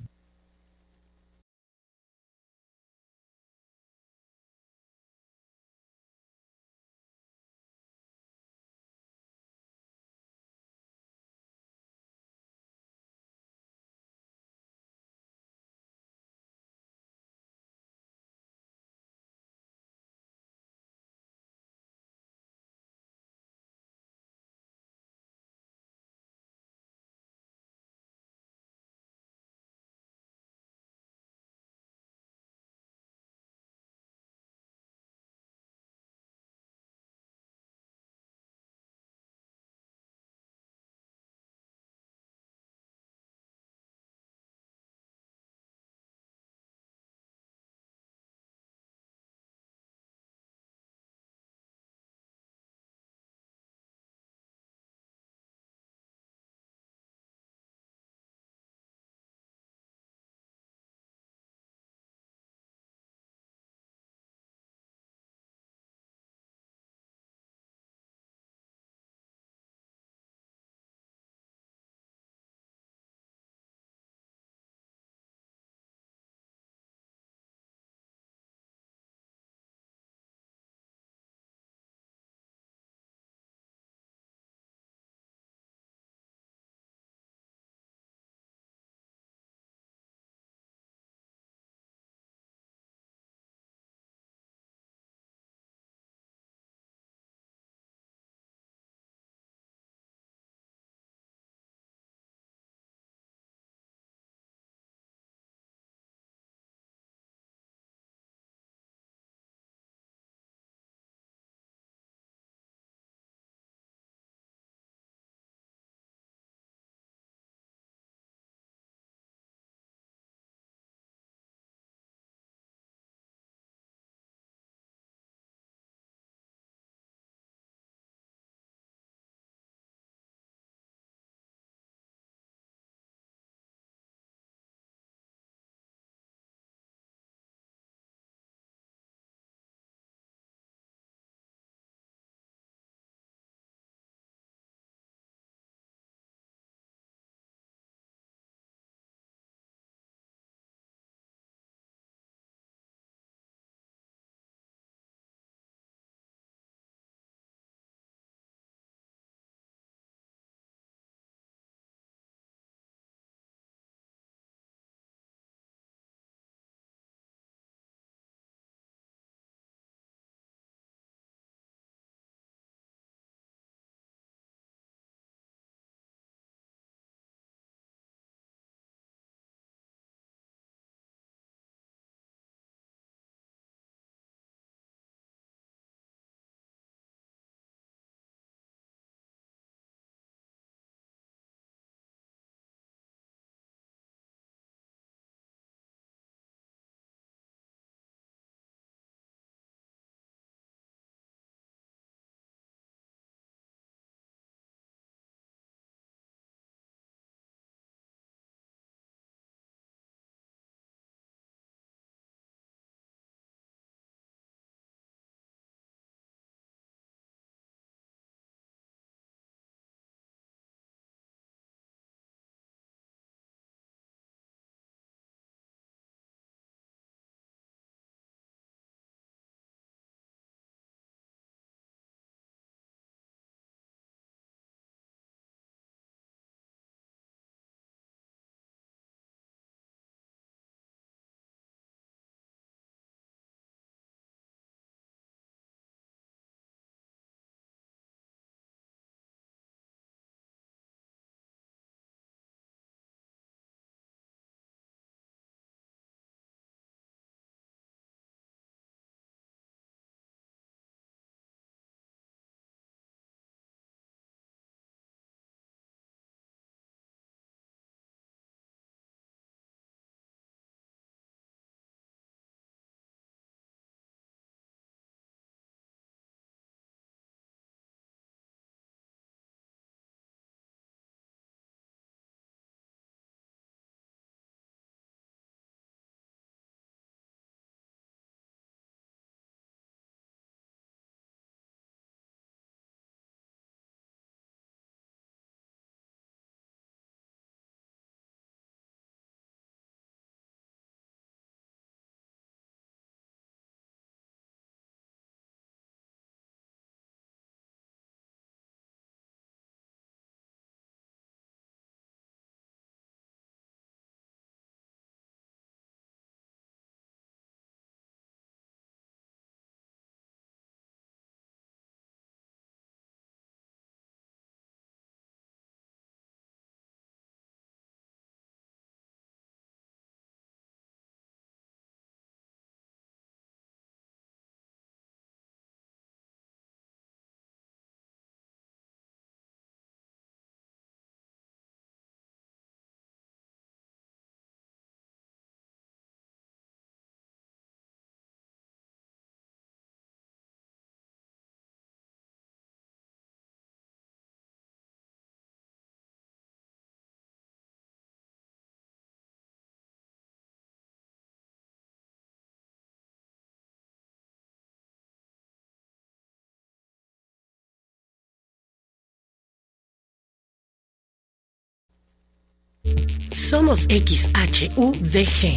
Speaker 10: Somos XHUDG.